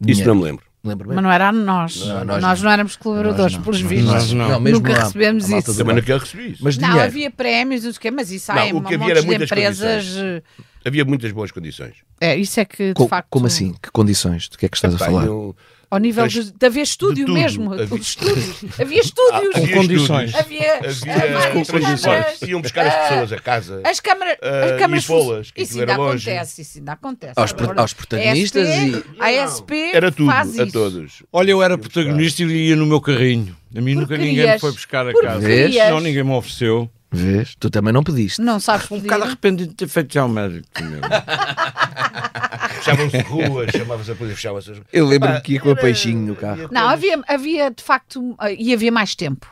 Speaker 9: Dinheiro. Isso não me lembro.
Speaker 5: lembro
Speaker 7: Mas não era a nós. Não, nós, nós não. éramos colaboradores,
Speaker 5: nós
Speaker 7: pelos vistos.
Speaker 5: Não,
Speaker 7: Nunca recebemos
Speaker 9: Também
Speaker 7: isso.
Speaker 9: nunca recebi isso.
Speaker 5: Mas
Speaker 7: Não,
Speaker 5: dinheiro.
Speaker 7: havia prémios, não sei o quê, mas isso há
Speaker 9: Não,
Speaker 7: em
Speaker 9: o que
Speaker 7: montes
Speaker 9: havia era
Speaker 7: de
Speaker 9: muitas
Speaker 7: empresas.
Speaker 9: Havia muitas boas condições.
Speaker 7: É, isso é que de
Speaker 5: Co-
Speaker 7: facto.
Speaker 5: Como assim? Então, Que condições? Do que é que estás a
Speaker 9: Pá,
Speaker 5: falar?
Speaker 9: eu-
Speaker 7: Ao nível
Speaker 9: Mas-
Speaker 7: dos- de haver estúdio
Speaker 9: tudo.
Speaker 7: mesmo.
Speaker 9: Havia-
Speaker 7: Os estúdios. Havia
Speaker 5: Ah,
Speaker 7: estúdios.
Speaker 1: Com condições.
Speaker 7: Havia,
Speaker 9: Havia
Speaker 7: várias câmaras.
Speaker 9: condições. Iam buscar as pessoas a casa.
Speaker 7: É As câmaras.
Speaker 9: Ah,
Speaker 7: as câmaras
Speaker 9: e bolas, que
Speaker 7: isso
Speaker 9: aquilo
Speaker 7: ainda
Speaker 9: era longe.
Speaker 7: acontece. Isso ainda acontece.
Speaker 5: Aos pro-
Speaker 7: Agora,
Speaker 5: aos protagonistas
Speaker 7: a SP,
Speaker 5: e-
Speaker 7: A SP
Speaker 9: Era tudo,
Speaker 7: faz isso.
Speaker 9: a todos.
Speaker 1: Olha, eu era protagonista e ia no meu carrinho. A mim nunca ninguém me
Speaker 7: querias.
Speaker 1: foi buscar a
Speaker 7: Porque
Speaker 1: casa.
Speaker 7: querias.
Speaker 1: Não, ninguém me ofereceu.
Speaker 5: Vês? Tu também não pediste.
Speaker 7: Não sabes
Speaker 1: Um
Speaker 7: pedir.
Speaker 1: bocado arrependido de ter feito já o médico. meu.
Speaker 9: Fechavam-se ruas, chamava-se a polícia, fechavam-se as ruas.
Speaker 5: Eu lembro-me
Speaker 9: Pá,
Speaker 5: que ia com a
Speaker 9: era-
Speaker 5: peixinho no carro.
Speaker 9: ia
Speaker 7: Não,
Speaker 9: coisas.
Speaker 7: havia, havia de facto. eh, E havia mais tempo.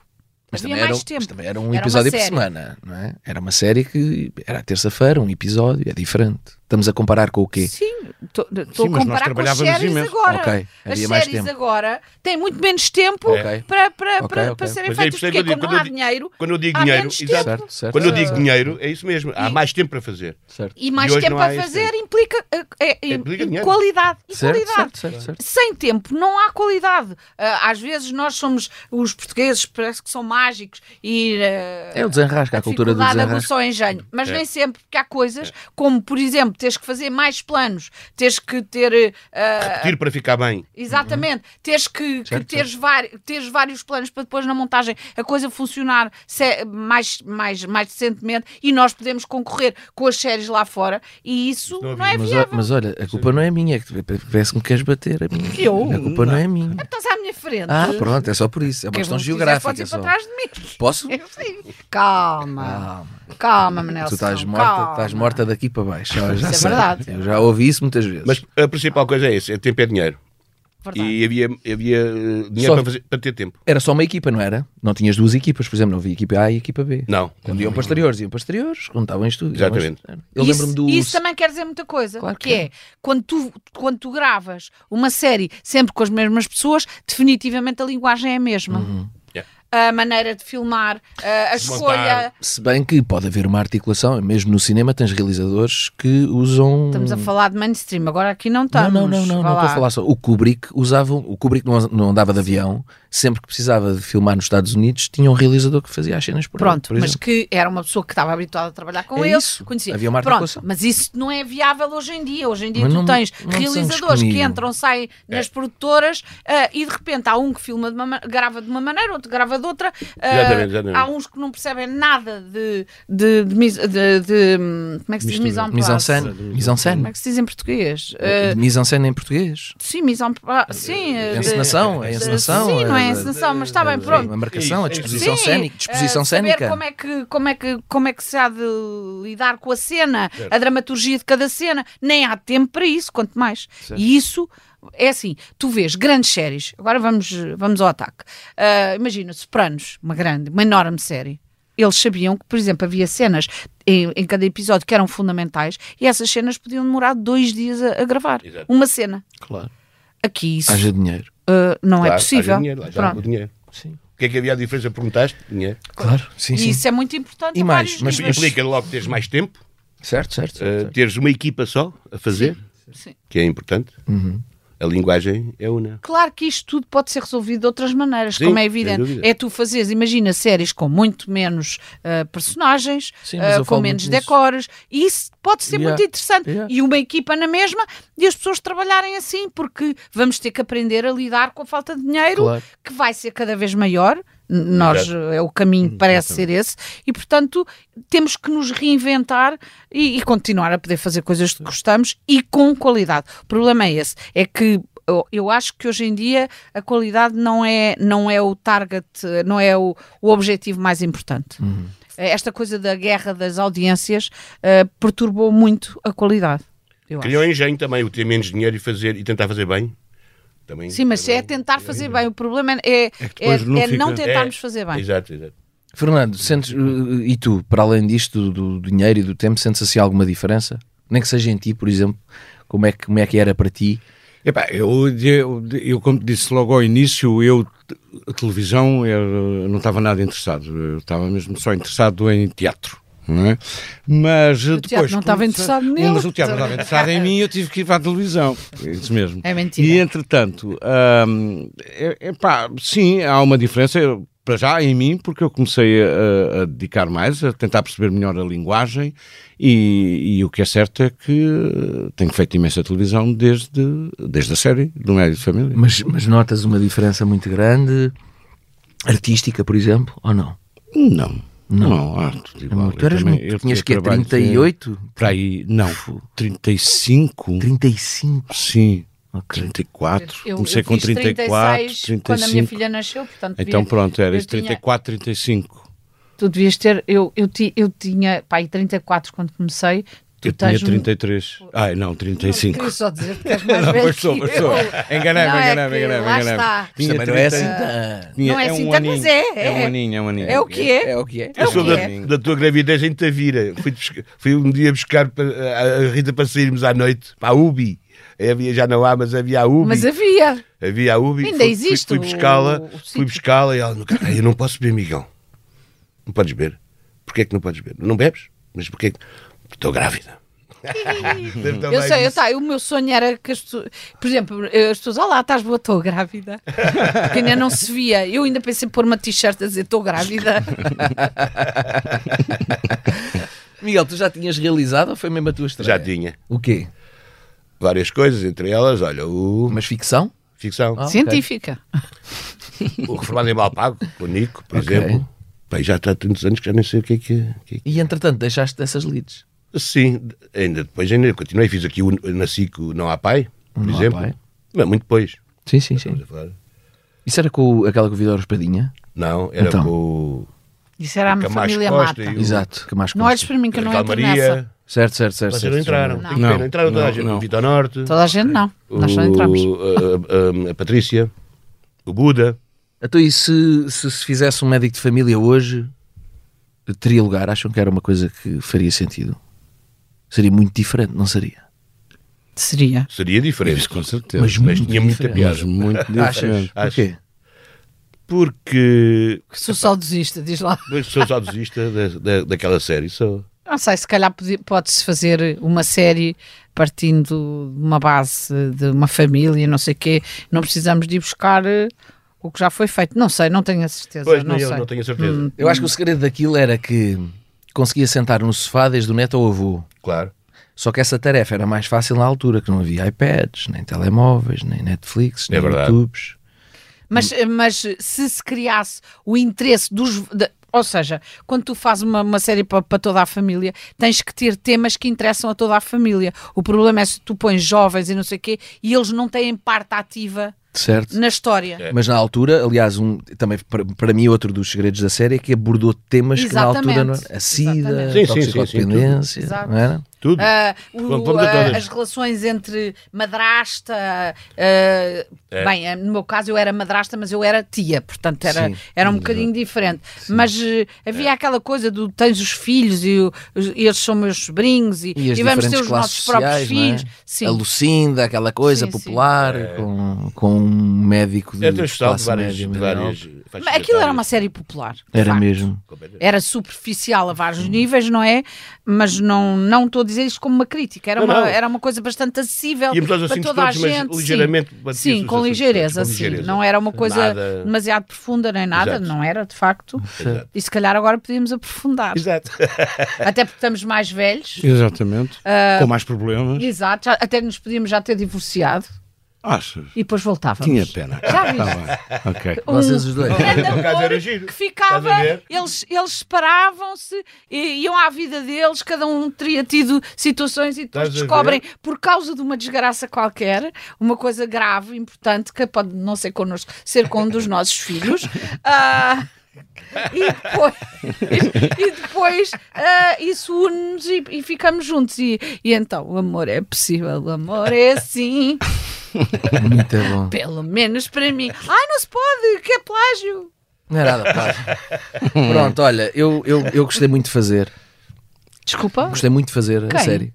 Speaker 5: Mas
Speaker 7: havia
Speaker 5: também, era,
Speaker 7: mais
Speaker 5: um-
Speaker 7: tempo.
Speaker 5: mas também era um
Speaker 7: Era uma
Speaker 5: episódio por
Speaker 7: série.
Speaker 5: semana, não é? Era uma série que era a terça-feira, um episódio, é diferente. Estamos a comparar com o quê?
Speaker 7: Sim, estou
Speaker 1: Sim,
Speaker 7: a
Speaker 1: mas nós
Speaker 7: comparar com as
Speaker 1: trabalhávamos
Speaker 7: séries
Speaker 1: imenso.
Speaker 7: agora.
Speaker 5: Ok,
Speaker 7: As
Speaker 5: havia mais
Speaker 7: séries
Speaker 5: tempo.
Speaker 7: agora têm muito menos tempo
Speaker 5: Ok.
Speaker 7: para, para,
Speaker 5: Ok,
Speaker 7: para,
Speaker 5: ok.
Speaker 7: para serem
Speaker 9: Mas é por
Speaker 7: feitas,
Speaker 9: isso que
Speaker 7: porque
Speaker 9: eu digo,
Speaker 7: quando
Speaker 9: quando
Speaker 7: há
Speaker 9: eu digo-
Speaker 7: dinheiro,
Speaker 9: Quando eu digo
Speaker 7: há
Speaker 9: dinheiro,
Speaker 7: menos
Speaker 9: exato.
Speaker 5: Certo, certo.
Speaker 9: Quando eu
Speaker 5: certo,
Speaker 9: digo dinheiro, é isso mesmo. Há
Speaker 7: E-
Speaker 9: mais tempo para fazer.
Speaker 5: certo.
Speaker 7: e mais
Speaker 9: hoje
Speaker 7: tempo
Speaker 9: não há
Speaker 7: a
Speaker 9: esse
Speaker 7: fazer
Speaker 9: tempo.
Speaker 7: implica eh, eh, eh,
Speaker 9: Implica
Speaker 7: em
Speaker 9: dinheiro.
Speaker 7: qualidade. E
Speaker 5: Certo, certo,
Speaker 7: qualidade.
Speaker 5: certo, certo.
Speaker 7: Sem tempo não há qualidade. Ah, às vezes nós somos, os portugueses parece que são mágicos e... eh,
Speaker 5: É o desenrasca, a cultura É. do
Speaker 7: dificuldade
Speaker 5: desenrasca.
Speaker 7: aguça o engenho, mas nem sempre, porque há
Speaker 5: É.
Speaker 7: coisas como, por exemplo, teres que fazer mais planos, teres que ter eh,
Speaker 9: Tiro para ficar bem.
Speaker 7: Exatamente.
Speaker 5: Uhum.
Speaker 7: Teres que, que teres, vari- teres vários planos para depois na montagem a coisa funcionar se- mais, mais, mais decentemente e nós podemos concorrer com as séries lá fora e isso não, é
Speaker 5: Mas,
Speaker 7: viável.
Speaker 5: o- mas olha, a culpa não é minha, é que tu- parece-me que queres bater a mim.
Speaker 7: Eu?
Speaker 5: A culpa não, é minha.
Speaker 7: Estás à minha frente.
Speaker 5: Ah, pronto, é só por isso. É uma
Speaker 7: Quem
Speaker 5: questão
Speaker 7: vos quiser pode
Speaker 5: geográfica
Speaker 7: ir
Speaker 5: só.
Speaker 7: para trás de mim.
Speaker 5: Posso?
Speaker 7: Eu sei. Calma, calma, Manel.
Speaker 5: Ah. Tu estás
Speaker 7: Serrão,
Speaker 5: morta,
Speaker 7: calma.
Speaker 5: estás morta daqui para baixo. Já, já
Speaker 7: é
Speaker 5: sei.
Speaker 7: verdade.
Speaker 5: Eu já ouvi isso muitas vezes.
Speaker 9: Mas a principal coisa é isso: é tempo é dinheiro.
Speaker 7: Verdade.
Speaker 9: E havia, havia eh, dinheiro
Speaker 5: Só-
Speaker 9: para, fazer- para ter tempo.
Speaker 5: Era só uma equipa, não era? Não tinhas duas equipas, por exemplo, não havia equipa A e equipa B.
Speaker 9: Não.
Speaker 5: Quando Um iam para exteriores, iam para exteriores, quando estavam em estúdio.
Speaker 9: Exatamente.
Speaker 5: iam para exteriores. Eu
Speaker 7: Isso-
Speaker 5: lembro-me do.
Speaker 7: Isso também quer dizer muita coisa.
Speaker 5: Claro
Speaker 7: que
Speaker 5: que
Speaker 7: é, quando tu, quando tu gravas uma série sempre com as mesmas pessoas, definitivamente a linguagem é a mesma.
Speaker 5: Uhum.
Speaker 9: Yeah.
Speaker 7: A maneira de filmar, eh, a, a escolha.
Speaker 5: Se bem que pode haver uma articulação, mesmo no cinema tens realizadores que usam.
Speaker 7: Estamos a falar de mainstream, agora aqui não
Speaker 5: Não,
Speaker 7: estamos.
Speaker 5: não, não, não,
Speaker 7: Vá
Speaker 5: não estou
Speaker 7: lá.
Speaker 5: a falar só. O Kubrick usava. O Kubrick não, não andava de avião, sempre que precisava de filmar nos Estados Unidos, tinha um realizador que fazia as cenas por ele,
Speaker 7: Pronto,
Speaker 5: por
Speaker 7: mas
Speaker 5: exemplo.
Speaker 7: que era uma pessoa que estava habituada a trabalhar com
Speaker 5: É
Speaker 7: ele,
Speaker 5: isso.
Speaker 7: conhecia.
Speaker 5: Havia uma
Speaker 7: Pronto,
Speaker 5: articulação.
Speaker 7: mas isso não é viável hoje em dia. Hoje em dia
Speaker 5: Mas
Speaker 7: tu
Speaker 5: não-
Speaker 7: tens
Speaker 5: não são
Speaker 7: realizadores que
Speaker 5: disponíveis. É.
Speaker 7: entram, saem nas produtoras ah, e de repente há um que filma de uma, ma- grava de uma maneira, outro grava de outra. ah,
Speaker 9: Exatamente, exatamente.
Speaker 7: Há uns que não percebem nada de, de, de, mis- de- de- como é que se diz mise en place?
Speaker 5: Mise en scène. Mise en
Speaker 7: Como
Speaker 5: scène.
Speaker 7: é que se diz em português? Ah,
Speaker 5: Eh, Mise en scène em português.
Speaker 7: sim, mise en place. Sim, ah, de-
Speaker 5: Encenação, é encenação.
Speaker 7: Sim, não é
Speaker 5: eh,
Speaker 7: encenação, mas está bem, pronto.
Speaker 5: A marcação, a disposição
Speaker 7: Sim,
Speaker 5: cénica. Disposição
Speaker 7: eh,
Speaker 5: cénica.
Speaker 7: Saber como é, que, como, é que, como é que se há de lidar com a cena, a dramaturgia de cada cena. Nem há tempo para isso, quanto mais. E isso é assim: tu vês grandes séries. Agora vamos, vamos ao ataque. Ah, imagina, Sopranos, uma grande, uma enorme série. Eles sabiam que, por exemplo, havia cenas em, em cada episódio que eram fundamentais e essas cenas podiam demorar dois dias a, a gravar.
Speaker 9: Exato.
Speaker 7: Uma cena.
Speaker 5: Claro.
Speaker 7: Aqui isso
Speaker 5: Haja dinheiro.
Speaker 7: ah, não
Speaker 9: Claro,
Speaker 7: é
Speaker 9: haja
Speaker 7: possível.
Speaker 9: dinheiro, lá já
Speaker 7: Pronto.
Speaker 9: há dinheiro.
Speaker 5: Sim.
Speaker 9: O que é que havia a diferença? Perguntaste? Dinheiro.
Speaker 5: Claro, sim,
Speaker 7: E
Speaker 5: sim.
Speaker 7: isso é muito importante.
Speaker 5: assim. E
Speaker 7: a
Speaker 5: mais,
Speaker 7: vários
Speaker 5: mas
Speaker 7: níveis.
Speaker 9: Implica logo teres mais tempo,
Speaker 5: Certo, certo. certo,
Speaker 9: eh,
Speaker 5: certo.
Speaker 9: teres uma equipa só a fazer,
Speaker 7: Sim.
Speaker 9: que é importante. A linguagem é una.
Speaker 7: Claro que isto tudo pode ser resolvido de outras maneiras,
Speaker 9: Sim,
Speaker 7: como é
Speaker 9: sem
Speaker 7: evidente.
Speaker 9: dúvida.
Speaker 7: É tu fazeres, imagina, séries com muito menos ah, personagens,
Speaker 5: Sim, mas
Speaker 7: ah,
Speaker 5: eu
Speaker 7: com
Speaker 5: falo
Speaker 7: menos
Speaker 5: muito nisso.
Speaker 7: decores, e isso pode ser
Speaker 5: Yeah,
Speaker 7: muito interessante.
Speaker 5: yeah.
Speaker 7: E uma equipa na mesma e as pessoas trabalharem assim, porque vamos ter que aprender a lidar com a falta de dinheiro,
Speaker 5: Claro.
Speaker 7: que vai ser cada vez maior. N- Nós, é o caminho que parece ser esse, e portanto temos que nos reinventar e, e continuar a poder fazer coisas que gostamos e com qualidade. O problema é esse, é que eu, eu acho que hoje em dia a qualidade não é, não é o target, não é o, o objetivo mais importante. Eh, Esta coisa da guerra das audiências eh, perturbou muito a qualidade. Eu acho.
Speaker 9: Criou engenho também, o ter menos dinheiro e, fazer, e tentar fazer bem. Também,
Speaker 7: Sim, mas também, é tentar fazer bem. O problema é, é, é não, é não tentarmos fazer bem.
Speaker 9: Exato, exato.
Speaker 5: Fernando, sentes, eh, e tu, para além disto do, do dinheiro e do tempo, sentes assim alguma diferença? Nem que seja em ti, por exemplo, como é que, como é que era para ti?
Speaker 1: Epá, eu, eu, eu, como disse logo ao início, eu, a televisão, eu não estava nada interessado, eu estava mesmo só interessado em teatro. Não é? Mas
Speaker 7: o
Speaker 1: depois.
Speaker 7: não estava interessado nele.
Speaker 1: Mas o teatro não estava interessado em mim, eu tive que ir para a televisão. É isso mesmo.
Speaker 7: É mentira.
Speaker 1: E entretanto, hum, é, epá, sim, há uma diferença. Eu, para já em mim, porque eu comecei a, a, dedicar mais, a tentar perceber melhor a linguagem, e, e, o que é certo é que tenho feito imensa televisão desde, desde a série do Médio de Família.
Speaker 5: Mas, mas notas uma diferença muito grande, artística, por exemplo, ou não?
Speaker 1: Não. Não, não ah, tudo igual.
Speaker 5: Tu eras também, muito, tinhas que é 38?
Speaker 1: Para aí, não, 35.
Speaker 5: 35?
Speaker 1: Sim. Okay. 34, eu, comecei eu com 34, 36, 35.
Speaker 7: quando a minha filha nasceu, portanto...
Speaker 1: Devia, então pronto, era isso, 34, tinha, 35.
Speaker 7: Tu devias ter, eu, eu, ti, eu tinha, pá, e 34 quando comecei...
Speaker 1: Tu eu tinha 33. Um... Ai, não, 35.
Speaker 7: Não, só dizer que é és mais não, velho
Speaker 1: mas sou, mas sou. Enganei-me, enganei-me, enganei-me. Lá está.
Speaker 5: Tinha Também 30, não é assim
Speaker 7: tinha, Não é, é assim um tanto, mas
Speaker 1: é. É um aninho, é um aninho.
Speaker 7: É o que é.
Speaker 5: É o que é.
Speaker 9: Eu sou da, da tua gravidez em Tavira. Fui, fui um dia buscar a Rita para sairmos à noite, para a UBI havia já não há, mas havia a UBI.
Speaker 7: Mas havia.
Speaker 9: Havia a UBI.
Speaker 7: Ainda fui, existe.
Speaker 9: Fui, fui buscá-la, fui buscá-la e ela, cara, eu não posso beber, Miguel. Não podes beber. Porquê é que não podes beber? Não bebes? Mas porquê que... Estou grávida.
Speaker 7: eu sei, eu, tá, o meu sonho era que as pessoas, por exemplo, as pessoas, olá, estás boa, estou grávida, porque ainda não se via. Eu ainda pensei em pôr uma t-shirt a dizer estou grávida.
Speaker 1: Ah,
Speaker 5: Miguel, tu já tinhas realizado ou foi mesmo a tua
Speaker 9: Já
Speaker 5: estreia?
Speaker 9: tinha.
Speaker 5: O quê?
Speaker 9: várias coisas, entre elas, olha, o.
Speaker 5: Mas ficção?
Speaker 9: Ficção.
Speaker 7: Ah, Científica.
Speaker 9: Okay. o Reformado em Malpago, com o Nico, por okay. exemplo. Pai, já está há tantos anos que já nem sei o que é que é. Que é.
Speaker 5: E entretanto, deixaste dessas leads?
Speaker 9: Sim, ainda depois ainda continuei, fiz aqui o Nacico Não Há Pai, por não exemplo. Pai. Mas muito depois.
Speaker 5: Sim, sim, sim. Isso era com aquela com o Vidor Espadinha?
Speaker 9: Não, era então. com o.
Speaker 7: Isso era a família Costa Mata.
Speaker 5: O... Exato, Camás Costa.
Speaker 7: Não olhes para mim que eu não entro Maria. nessa.
Speaker 5: Certo, certo, certo.
Speaker 9: Vocês não
Speaker 5: certo,
Speaker 9: entraram. Não. Não. não. entraram toda a gente. Não. O Vitor Norte.
Speaker 7: Toda a gente não. O, Nós não entramos.
Speaker 9: A, a, a, Patrícia. O Buda.
Speaker 5: Então, e se, se se fizesse um médico de família hoje, teria lugar? Acham que era uma coisa que faria sentido? Seria muito diferente, não seria?
Speaker 7: Seria.
Speaker 9: Seria diferente, mas,
Speaker 1: com certeza.
Speaker 9: Mas, mas tinha muita piada.
Speaker 1: Mas muito
Speaker 5: Achas?
Speaker 1: diferente.
Speaker 5: Porquê?
Speaker 9: Porque.
Speaker 7: Que sou saudosista, diz lá.
Speaker 9: Sou saudosista da, da, daquela série, sou.
Speaker 7: Não sei, se calhar pode-se fazer uma série partindo de uma base de uma família, não sei o quê. Não precisamos de ir buscar eh, o que já foi feito. Não sei, não tenho a certeza.
Speaker 9: Pois,
Speaker 7: não,
Speaker 9: eu não tenho a certeza. Hum,
Speaker 5: eu acho que o segredo daquilo era que conseguia sentar no sofá desde o neto ao avô.
Speaker 9: Claro.
Speaker 5: Só que essa tarefa era mais fácil na altura, que não havia iPads, nem telemóveis, nem Netflix, nem é YouTubes.
Speaker 7: Mas, mas se se criasse o interesse dos... De, ou seja, quando tu fazes uma, uma série para, para, toda a família, tens que ter temas que interessam a toda a família. O problema é se tu pões jovens e não sei o quê e eles não têm parte ativa
Speaker 5: certo.
Speaker 7: na história. É.
Speaker 5: Mas na altura, aliás, um, também para, para, mim outro dos segredos da série é que abordou temas Exatamente. que na altura não, a SIDA, sim, a toxicodependência, sim, sim, sim, não era?
Speaker 9: Tudo.
Speaker 7: Uh, o, Bom, uh, as relações entre madrasta, uh, é. bem, no meu caso eu era madrasta, mas eu era tia, portanto era, Sim. era um Exato. bocadinho diferente. Sim. Mas havia é. aquela coisa do tens os filhos e, os, eles são meus sobrinhos e,
Speaker 5: e,
Speaker 7: e vamos ter os nossos
Speaker 5: sociais,
Speaker 7: próprios filhos.
Speaker 5: É? A Lucinda, aquela coisa popular, Com, com um médico de,
Speaker 9: é de várias, média, várias,
Speaker 7: mas Aquilo era uma série popular.
Speaker 5: Era facto. mesmo.
Speaker 7: Era superficial a vários hum. níveis, não é? Mas não, não estou a dizer isto como uma crítica, era, não, uma, não. era uma coisa bastante acessível
Speaker 9: Íamos
Speaker 7: para
Speaker 9: assim
Speaker 7: toda todos, a gente.
Speaker 9: Ligeiramente
Speaker 7: sim, sim com, ligeireza, todos, com ligeireza, sim. Não é- era uma coisa nada. demasiado profunda nem nada, Exato. não era de facto. Exato. E se calhar agora podíamos aprofundar.
Speaker 9: Exato.
Speaker 7: Até porque estamos mais velhos.
Speaker 1: Exatamente. Uh, com mais problemas.
Speaker 7: Exato, já, até nos podíamos já ter divorciado.
Speaker 1: Achas?
Speaker 7: E depois voltávamos.
Speaker 1: Tinha pena.
Speaker 7: Já viste?
Speaker 1: Tá ok.
Speaker 5: Um, Vocês os dois.
Speaker 7: Um que ficava, eles, eles separavam-se, iam à vida deles, cada um teria tido situações e depois descobrem, por causa de uma desgraça qualquer, uma coisa grave, importante, que pode não ser connosco, ser com um dos nossos filhos. Uh, e depois, e depois uh, isso une-nos e, e, ficamos juntos. E, e então, o amor é possível, o amor é assim.
Speaker 5: Muito bom.
Speaker 7: Pelo menos para mim. Ai, não se pode, que é plágio.
Speaker 5: Não é nada, plágio. Pronto, olha, eu, eu, eu gostei muito de fazer.
Speaker 7: Desculpa?
Speaker 5: Gostei muito de fazer,
Speaker 7: Quem?
Speaker 5: a sério.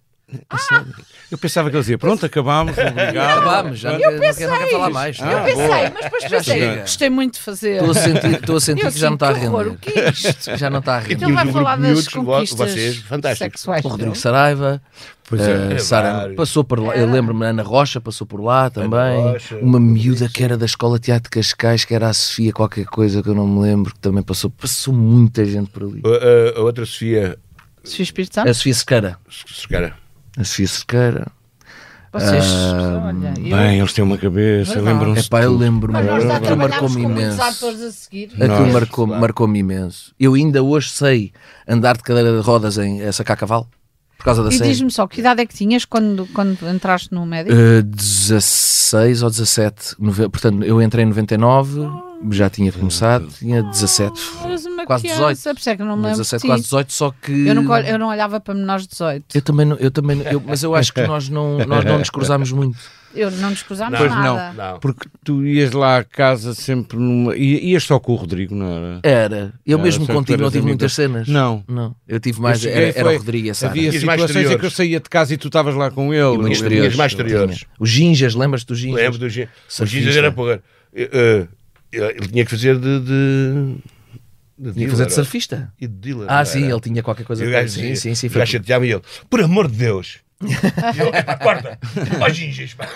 Speaker 7: Ah,
Speaker 1: Eu pensava que ele dizia, pronto, acabámos, obrigado.
Speaker 5: Acabámos, já
Speaker 7: eu
Speaker 5: não
Speaker 7: pensei.
Speaker 5: quero não quero falar mais.
Speaker 7: Eu
Speaker 5: Ah,
Speaker 7: pensei,
Speaker 5: boa.
Speaker 7: mas depois
Speaker 5: Já
Speaker 7: pensei.
Speaker 5: chega.
Speaker 7: Gostei muito de fazer.
Speaker 5: Estou a sentir, estou a sentir
Speaker 7: Eu
Speaker 5: que já não
Speaker 7: sinto
Speaker 5: está a
Speaker 7: que horror,
Speaker 5: render.
Speaker 7: o que é isto?
Speaker 5: Já não está a render.
Speaker 7: Ele vai
Speaker 9: grupo
Speaker 7: falar
Speaker 9: de
Speaker 7: das
Speaker 9: miúdos,
Speaker 7: conquistas
Speaker 9: vocês, fantásticos.
Speaker 7: sexuais. é?
Speaker 5: O Rodrigo
Speaker 7: dele.
Speaker 5: Saraiva,
Speaker 9: Pois é,
Speaker 5: eh,
Speaker 9: é
Speaker 5: Sara
Speaker 9: vários.
Speaker 5: passou por lá, eu lembro-me, Ana Rocha passou por lá também,
Speaker 9: Rocha,
Speaker 5: uma miúda que era da Escola de Teatro de Cascais, que era a Sofia qualquer coisa que eu não me lembro, que também passou, passou muita gente por ali.
Speaker 9: A, a- a outra Sofia,
Speaker 7: Sofia Espírito
Speaker 5: A
Speaker 7: Santo?
Speaker 5: Sofia Sequeira,
Speaker 9: se calhar,
Speaker 5: a Sofia Sequeira.
Speaker 7: Vocês,
Speaker 5: Ah,
Speaker 7: olha, eu-
Speaker 1: Bem, eles têm uma cabeça,
Speaker 7: Verdade.
Speaker 1: lembram-se. de
Speaker 5: Epá, eu
Speaker 1: tudo.
Speaker 5: lembro-me,
Speaker 7: Mas nós
Speaker 5: aquilo
Speaker 7: já trabalhámos
Speaker 5: marcou-me
Speaker 7: com muitos
Speaker 5: imenso.
Speaker 7: atores a seguir.
Speaker 5: Aquilo
Speaker 1: Nós,
Speaker 5: marcou- marcou-me imenso. Eu ainda hoje sei andar de cadeira de rodas em, a sacar cavalo, por causa da
Speaker 7: E
Speaker 5: série.
Speaker 7: diz-me só, que idade é que tinhas quando, quando entraste no médico?
Speaker 5: Uh, 16 ou 17, nove- portanto, eu entrei em 99, já tinha começado, tinha 17,
Speaker 7: Eras uma
Speaker 5: quase
Speaker 7: criança,
Speaker 5: 18.
Speaker 7: por isso é que não me lembro.
Speaker 5: 17,
Speaker 7: de ti.
Speaker 5: quase 18, só que
Speaker 7: Eu, nunca olh- eu não olhava para menores de 18.
Speaker 5: eu também não, eu também não- eu- mas eu acho que nós não, nós não nos cruzámos muito.
Speaker 7: Eu não nos cruzámos
Speaker 1: Pois
Speaker 7: nada.
Speaker 1: não, porque tu ias lá a casa sempre numa. i- Ias só com o Rodrigo, não era?
Speaker 5: Era, eu
Speaker 1: Era,
Speaker 5: mesmo
Speaker 1: só
Speaker 5: contigo
Speaker 1: que
Speaker 5: não
Speaker 1: eras
Speaker 5: tive muitas
Speaker 1: amiga.
Speaker 5: cenas.
Speaker 1: Não.
Speaker 5: Não, eu tive mais,
Speaker 1: Eu
Speaker 5: era,
Speaker 1: cheguei,
Speaker 5: era
Speaker 1: foi-
Speaker 5: o Rodrigo e a Sara.
Speaker 1: Havia
Speaker 9: E os mais
Speaker 1: situações em que eu
Speaker 9: exteriores.
Speaker 1: saía de casa e tu estavas lá com ele.
Speaker 5: muito
Speaker 1: não é?
Speaker 9: exteriores. Tinhas mais exteriores.
Speaker 5: Tinha. Os ginjas, lembras-te dos ginjas?
Speaker 9: lembro do Gin. O
Speaker 5: Surfista.
Speaker 9: Gingas era porra. Eh, eh, Ele tinha que fazer de. de, de
Speaker 5: Tinha que
Speaker 9: dealer,
Speaker 5: fazer de
Speaker 9: ó.
Speaker 5: surfista.
Speaker 9: E de dealer.
Speaker 5: Ah,
Speaker 9: não
Speaker 5: sim,
Speaker 9: um era?
Speaker 5: ele tinha qualquer coisa.
Speaker 9: E o gajo
Speaker 5: sim,
Speaker 9: dizia-
Speaker 5: sim, sim.
Speaker 9: O
Speaker 5: foi-
Speaker 9: gajo chateava e ele, por amor de Deus. E eu, "Epá, corta, ó Gingas, pá.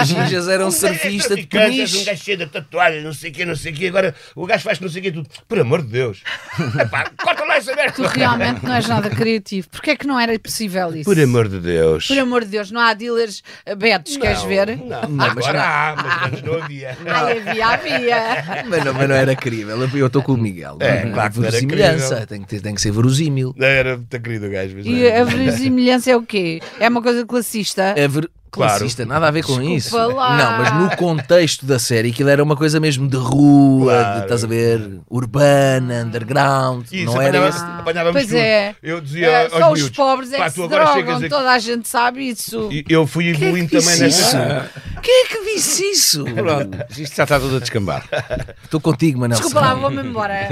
Speaker 5: Os ginjas eram
Speaker 9: Um gajo é
Speaker 5: surfista de
Speaker 9: traficante, és Um
Speaker 5: peniche.
Speaker 9: gajo cheio de tatuagem, não sei o quê, não sei o quê. Agora o gajo faz não sei o quê tudo. Por amor de Deus. Epá, corta lá essa merda.
Speaker 7: Tu realmente não és nada criativo. Porquê é que não era possível isso?
Speaker 9: Por amor de Deus.
Speaker 7: Por amor de Deus, não há dealers abertos, queres ver?
Speaker 9: Não, não, mas agora há, mas antes não havia.
Speaker 7: Ai, havia, havia.
Speaker 5: Mas não, mas não era crível. Eu estou com o Miguel.
Speaker 9: É,
Speaker 5: Não,
Speaker 9: claro que não era
Speaker 5: verosimilhança.
Speaker 9: crível.
Speaker 5: Tem que, ter- tem que ser verosímil.
Speaker 9: Não, era muito querido o gajo. Mas não
Speaker 7: E
Speaker 9: era.
Speaker 7: a verosimilhança é o quê? É uma coisa classista?
Speaker 5: É ver...
Speaker 9: Claro.
Speaker 5: Classista, nada a ver com
Speaker 7: Desculpa
Speaker 5: isso.
Speaker 7: lá.
Speaker 5: Não, mas no contexto da série, aquilo era uma coisa mesmo de rua, de,
Speaker 9: Claro.
Speaker 5: estás a ver? Urbana, underground.
Speaker 9: Isso,
Speaker 5: não era
Speaker 9: apanhava,
Speaker 5: isso.
Speaker 9: apanhávamos
Speaker 7: Pois
Speaker 9: tudo.
Speaker 7: é.
Speaker 9: Eu dizia
Speaker 7: É,
Speaker 9: aos
Speaker 7: só os
Speaker 9: miúdos,
Speaker 7: pobres é
Speaker 9: "Pá,
Speaker 7: que
Speaker 9: tu
Speaker 7: se
Speaker 9: agora chegas
Speaker 7: drogam,
Speaker 9: aqui."
Speaker 7: toda a gente sabe isso.
Speaker 9: E Eu fui
Speaker 7: Quem é que
Speaker 9: evoluindo também
Speaker 7: disse isso?
Speaker 9: nessa...
Speaker 5: Quem é que disse isso?
Speaker 1: Pronto, isto já está tudo a descambar.
Speaker 5: Estou contigo, Manel.
Speaker 7: Desculpa lá,
Speaker 5: Serrano.
Speaker 7: vou-me embora.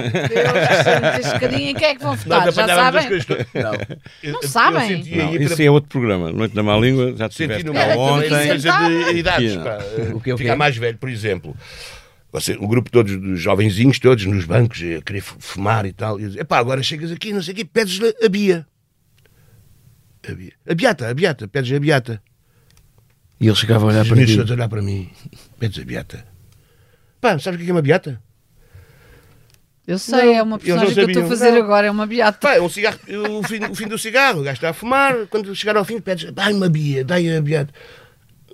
Speaker 7: Deus, santo, carinha, quem é que vão votar?
Speaker 9: Nós
Speaker 7: Já
Speaker 9: apanhávamos as
Speaker 7: sabem?
Speaker 9: coisas todas.
Speaker 5: Não.
Speaker 9: Eu-
Speaker 7: Não
Speaker 9: eu
Speaker 7: sabem?
Speaker 9: sentia
Speaker 1: Não,
Speaker 9: aí
Speaker 1: isso
Speaker 9: para-
Speaker 1: é outro programa. Noite na má língua, já te
Speaker 9: Senti
Speaker 1: estiveste
Speaker 9: no
Speaker 1: cá
Speaker 9: meu
Speaker 1: ontem.
Speaker 7: também.
Speaker 9: é de idades,
Speaker 1: Sim.
Speaker 9: pá.
Speaker 5: O quê, o quê?
Speaker 9: Ficar mais velho, por exemplo. Você, um grupo todos dos jovenzinhos, todos nos bancos, a querer fu- fumar e tal. E eu dizia, epá, agora chegas aqui, não sei o quê, pedes a Bia. A Bia. A Beata, a Beata, pedes a Beata.
Speaker 5: E ele chegava a olhar
Speaker 9: Os
Speaker 5: para
Speaker 9: meninos
Speaker 5: ti.
Speaker 9: todos a olhar para mim. Pedes a Beata. Pá, sabes o que é uma Beata?
Speaker 7: Eu sei, é uma
Speaker 9: eles não
Speaker 7: personagem que eu estou a
Speaker 9: sabiam.
Speaker 7: fazer
Speaker 9: Não.
Speaker 7: agora, é uma beata.
Speaker 9: Pá, é um cigarro, o fim, o fim do cigarro, o gajo está a fumar, quando chegar ao fim pedes, dai uma bia, dai a bia.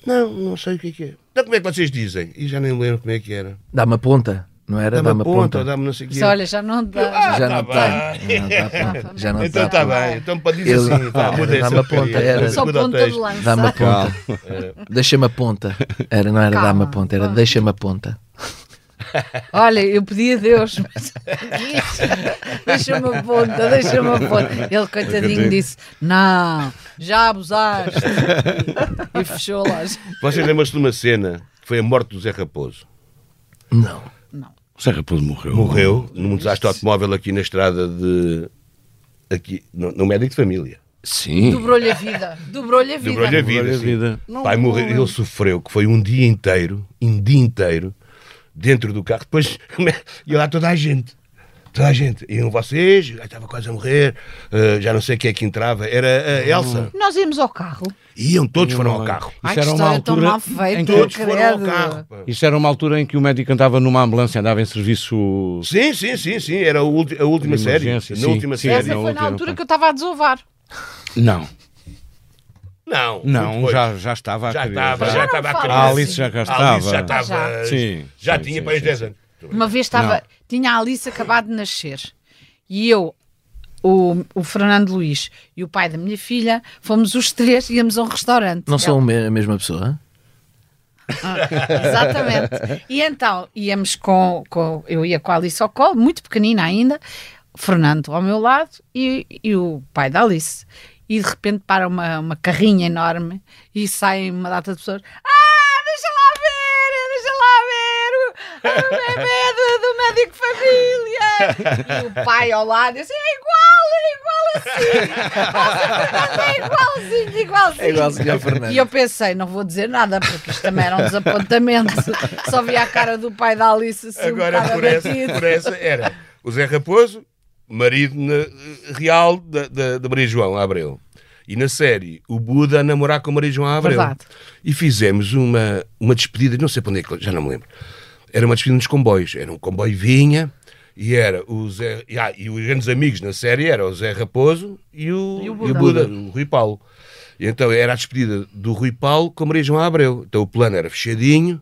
Speaker 9: Não, não sei o que é que é. Então como é que vocês dizem? E já nem lembro como é que era.
Speaker 5: Dá-me a ponta, não era?
Speaker 9: Dá-me a
Speaker 5: Dá-me
Speaker 9: ponta, ou dá-me não sei o que
Speaker 7: Mas olha, já não dá.
Speaker 9: tá
Speaker 5: Já não
Speaker 9: bem.
Speaker 5: tem. Já não dá a ponta. Já não tá.
Speaker 9: Então
Speaker 5: dá
Speaker 9: está
Speaker 5: a ponta.
Speaker 9: bem, então pode dizer
Speaker 5: Ele-
Speaker 9: assim, pá,
Speaker 5: Era,
Speaker 9: muda
Speaker 5: dá-me a
Speaker 9: essa
Speaker 5: ponta,
Speaker 9: porcaria,
Speaker 5: era.
Speaker 7: Só
Speaker 9: muda o
Speaker 7: ponta de
Speaker 9: texto.
Speaker 7: lança.
Speaker 5: Dá-me a ponta.
Speaker 9: É.
Speaker 5: Deixa-me a ponta. Era, não era
Speaker 7: Calma,
Speaker 5: dá-me a ponta, era
Speaker 7: vá.
Speaker 5: deixa-me a ponta.
Speaker 7: Olha, eu pedi a Deus, mas deixa-me a ponta, deixa-me a ponta. Ele, coitadinho, disse: Não, já abusaste. E fechou lá.
Speaker 9: Vocês lembram-se de uma cena que foi a morte do Zé Raposo.
Speaker 5: Não.
Speaker 1: O Zé Raposo morreu.
Speaker 9: Morreu num desastre automóvel aqui na estrada de... Aqui, no, no médico de família.
Speaker 1: Sim.
Speaker 7: Dobrou-lhe a vida, dobrou-lhe a vida.
Speaker 9: Dobrou-lhe a vida.
Speaker 1: Dobrou-lhe a
Speaker 9: sim.
Speaker 1: vida.
Speaker 9: Pai morreu, ele sofreu, que foi um dia inteiro, um dia inteiro, dentro do carro. Depois ia lá toda a gente. Toda a gente. Iam vocês, eu estava quase a morrer, eh, já não sei quem é que entrava. Era
Speaker 1: Hum.
Speaker 9: a Elsa.
Speaker 7: Nós íamos ao carro.
Speaker 9: Iam, todos foram ao carro.
Speaker 7: Ai,
Speaker 1: Isto era
Speaker 7: que
Speaker 1: uma
Speaker 7: história tão
Speaker 1: altura
Speaker 7: mal feita,
Speaker 1: em que-
Speaker 9: Todos
Speaker 7: credo.
Speaker 9: foram ao carro. pá.
Speaker 1: Isto era uma altura em que o médico andava numa ambulância, andava em serviço.
Speaker 9: Sim, sim, sim, sim. Era a, ulti- a última
Speaker 1: De
Speaker 9: série.
Speaker 1: emergência,
Speaker 9: Na
Speaker 1: sim,
Speaker 9: última
Speaker 1: sim.
Speaker 9: série.
Speaker 7: Essa
Speaker 1: Não,
Speaker 7: foi na
Speaker 1: outra,
Speaker 7: altura
Speaker 1: não.
Speaker 7: que eu estava a desovar.
Speaker 1: Não,
Speaker 9: Não.
Speaker 1: não,
Speaker 9: muito
Speaker 1: já, já estava a
Speaker 9: Já
Speaker 1: querer,
Speaker 9: estava, já
Speaker 7: não
Speaker 9: estava a
Speaker 7: fala
Speaker 9: crescer.
Speaker 1: A Alice já cá
Speaker 9: A Alice já
Speaker 1: estava.
Speaker 9: estava.
Speaker 1: Sim,
Speaker 9: Já
Speaker 1: sim,
Speaker 9: tinha
Speaker 1: sim,
Speaker 9: para os
Speaker 1: sim,
Speaker 9: 10
Speaker 1: sim.
Speaker 9: anos.
Speaker 7: Uma vez estava,
Speaker 1: Não.
Speaker 7: tinha a Alice acabado de nascer e eu, o, o Fernando Luís e o pai da minha filha, fomos os três, íamos a um restaurante.
Speaker 5: Não são a mesma pessoa? hã?
Speaker 7: Exatamente. E então íamos com, com- eu ia com a Alice ao colo, muito pequenina ainda, o Fernando ao meu lado e, e o pai da Alice. E de repente para uma, uma carrinha enorme e saem uma data de pessoas. Ah, deixa lá bebê do, do médico família. E o pai ao lado disse: é igual, é igual assim. É igualzinho, igualzinho.
Speaker 5: É igualzinho ao Fernando.
Speaker 7: E eu pensei: não vou dizer nada, porque isto também era um desapontamento. Só vi a cara do pai da Alice assim.
Speaker 9: Agora,
Speaker 7: um
Speaker 9: por, essa,
Speaker 7: abatido.
Speaker 9: por essa era o Zé Raposo, marido na- real da- da da Maria João Abreu. E na série, o Buda a namorar com a Maria João Abreu.
Speaker 7: Verdade.
Speaker 9: E fizemos uma, uma despedida, não sei para onde é que, já não me lembro. Era uma despedida nos comboios. Era um comboio vinha e era o Zé. E, ah, e os grandes amigos na série era o Zé Raposo e o,
Speaker 7: E
Speaker 9: e
Speaker 7: o
Speaker 9: o
Speaker 7: Buda.
Speaker 9: Buda, o Rui Paulo. E então era a despedida do Rui Paulo com a Maria João Abreu. Então o plano era fechadinho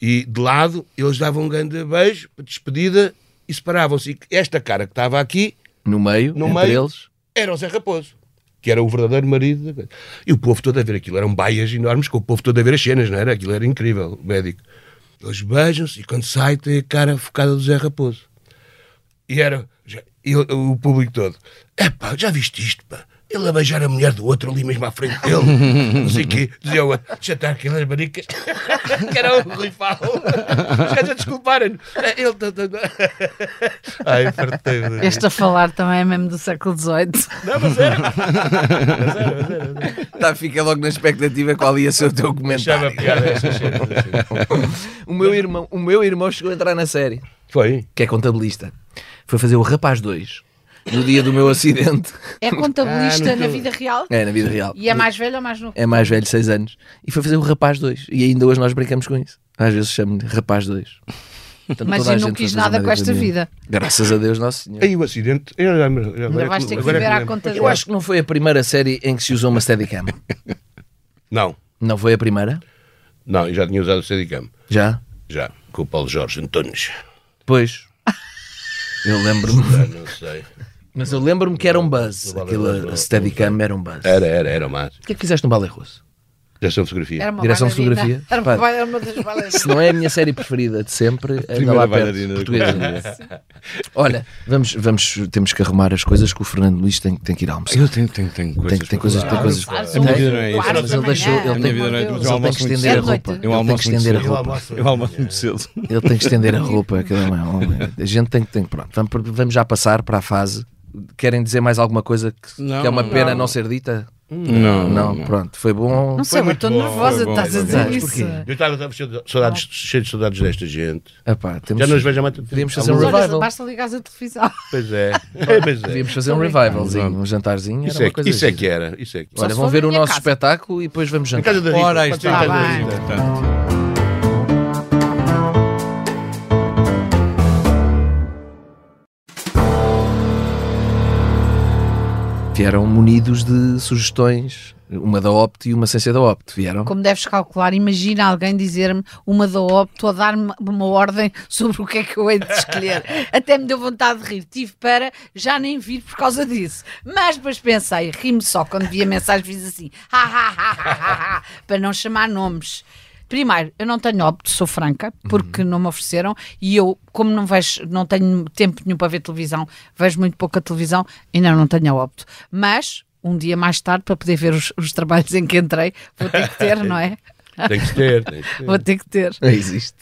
Speaker 9: e de lado eles davam um grande beijo, despedida e separavam-se. E Esta cara que estava aqui
Speaker 5: No meio,
Speaker 9: No
Speaker 5: entre
Speaker 9: meio.
Speaker 5: eles.
Speaker 9: era o Zé Raposo, que era o verdadeiro marido da coisa. E o povo todo a ver aquilo, eram baias enormes, com o povo todo a ver as cenas, não era? Aquilo era incrível, o médico. Eles beijam-se e quando sai tem a cara focada do Zé Raposo. E era já- e o o público todo. Epá, já viste isto, pá? Ele a beijar a mulher do outro ali mesmo à frente dele. Não sei o quê. Dizia o outro, já tá está aquelas baricas. que era o Rui Paulo. Os gajos a desculparem. Ele... tá- tá- tá. Ai, fartei-me.
Speaker 7: Este a falar também é mesmo do século XVIII.
Speaker 9: Não, mas era. Mas era, mas era. mas era.
Speaker 5: Tá, fica logo na expectativa qual ia ser o teu
Speaker 9: Achava
Speaker 5: comentário.
Speaker 9: piada essas cenas.
Speaker 5: O meu, irmão, o meu irmão chegou a entrar na série,
Speaker 9: Foi.
Speaker 5: que é contabilista. Foi fazer o Rapaz 2 no dia do meu acidente.
Speaker 7: É contabilista
Speaker 9: Ah, no
Speaker 7: na
Speaker 9: teu-
Speaker 7: vida real?
Speaker 5: É, na vida real.
Speaker 7: E é mais velho ou mais novo?
Speaker 5: É mais velho, 6 anos. E foi fazer o Rapaz 2. E ainda hoje nós brincamos com isso. Às vezes chamo-lhe Rapaz 2. Portanto,
Speaker 7: Mas
Speaker 5: toda a
Speaker 7: eu não
Speaker 5: gente
Speaker 7: quis
Speaker 5: foi fazer
Speaker 7: nada com
Speaker 5: médica
Speaker 7: esta
Speaker 5: minha.
Speaker 7: vida.
Speaker 5: Graças a Deus, Nosso Senhor.
Speaker 9: Aí o acidente. Eu já me- já- agora
Speaker 7: vais ter que
Speaker 9: agora é
Speaker 7: viver
Speaker 9: me
Speaker 7: à
Speaker 9: lembro.
Speaker 7: conta
Speaker 5: Eu acho que não foi a primeira série em que se usou uma Steadicam.
Speaker 9: Não,
Speaker 5: Não foi a primeira?
Speaker 9: não, eu já tinha usado o Steadicam.
Speaker 5: Já?
Speaker 9: Já, com o Paulo Jorge Antunes.
Speaker 5: Pois. Eu lembro-me.
Speaker 9: Ah, não sei.
Speaker 5: Mas eu lembro-me que era um buzz. Aquela Steadicam era um buzz.
Speaker 9: Era, era, era o Mato.
Speaker 5: O que é que fizeste no Ballet Russo?
Speaker 9: Já são fotografia.
Speaker 7: Era uma
Speaker 5: Direção de
Speaker 7: bailarina.
Speaker 5: fotografia?
Speaker 7: Era
Speaker 5: Pá.
Speaker 7: uma, ba- era uma das bailarinas.
Speaker 5: Se não é a minha série preferida de sempre, anda
Speaker 1: Primeira
Speaker 5: lá perto,
Speaker 1: bailarina da
Speaker 5: portuguesa. Olha, vamos, vamos, temos que arrumar as coisas que o Fernando Luís tem, tem que ir almoçar.
Speaker 1: Eu tenho, tenho, tenho
Speaker 5: Tem,
Speaker 1: coisas.
Speaker 5: tem
Speaker 1: para
Speaker 5: coisas, tem
Speaker 1: falar.
Speaker 5: coisas.
Speaker 1: A minha vida não é isso.
Speaker 7: Claro,
Speaker 5: Mas ele
Speaker 7: amanhã.
Speaker 5: deixou,
Speaker 7: A
Speaker 5: ele
Speaker 1: minha
Speaker 5: tem,
Speaker 1: vida não é isso.
Speaker 5: mas ele tem que
Speaker 1: Eu
Speaker 5: estender a
Speaker 7: almoço
Speaker 5: roupa. Ele tem que estender a roupa.
Speaker 7: muito cedo.
Speaker 1: Eu almoço muito cedo. Eu almoço muito cedo.
Speaker 5: Ele tem que estender a roupa, aquilo é um- um- A gente tem que. Tem, que- pronto, vamos, vamos já passar para a fase. Querem dizer mais alguma coisa que,
Speaker 1: Não,
Speaker 5: que é uma
Speaker 1: não.
Speaker 5: pena não ser dita?
Speaker 9: Hum.
Speaker 1: Não,
Speaker 5: não, pronto, foi bom.
Speaker 7: Não sei, eu estou
Speaker 1: bom,
Speaker 7: nervosa,
Speaker 1: foi bom,
Speaker 7: estás a
Speaker 1: foi
Speaker 7: dizer
Speaker 1: bom.
Speaker 7: isso.
Speaker 9: Eu estava estava cheio de saudades, cheio de saudades desta gente.
Speaker 5: Epá, temos-
Speaker 9: Já não os vejo há muito tempo.
Speaker 5: Podíamos fazer um
Speaker 7: Mas olha,
Speaker 5: revival.
Speaker 7: basta ligares a televisão.
Speaker 9: Pois é. Pois é.
Speaker 5: Podíamos fazer um revivalzinho, um jantarzinho.
Speaker 9: Isso
Speaker 5: era
Speaker 9: é,
Speaker 5: uma
Speaker 9: que-
Speaker 5: coisa assim.
Speaker 9: isso é
Speaker 5: gira.
Speaker 9: que era. Isso é que
Speaker 5: Olha,
Speaker 7: se
Speaker 5: vão
Speaker 7: for
Speaker 5: ver
Speaker 7: na
Speaker 5: o
Speaker 7: minha
Speaker 5: nosso
Speaker 7: casa.
Speaker 5: espetáculo e depois vamos
Speaker 9: Na
Speaker 5: jantar.
Speaker 9: casa da Rita.
Speaker 1: Ora, aí
Speaker 9: pode ser na
Speaker 1: está.
Speaker 9: casa da
Speaker 7: Tá
Speaker 9: Rita.
Speaker 5: Vieram munidos de sugestões, uma da Opte e uma sem ser da Opte. Vieram?
Speaker 7: Como deves calcular, imagina alguém dizer-me uma da opto ou dar-me uma ordem sobre o que é que eu hei de escolher. Até me deu vontade de rir. Tive para já nem vir por causa disso. Mas depois pensei, ri-me só quando vi a mensagem, fiz assim, ha, ha, ha, ha, ha, ha, para não chamar nomes. Primeiro, eu não tenho opto, sou franca,
Speaker 5: Uhum.
Speaker 7: porque não me ofereceram e eu, como não vejo, não tenho tempo nenhum para ver televisão, vejo muito pouca televisão, ainda não tenho a opto. Mas, um dia mais tarde, para poder ver os, os trabalhos em que entrei, vou ter que ter, não é?
Speaker 9: Tem que ter, tem que ter.
Speaker 7: Vou ter que ter.
Speaker 5: É, Existe.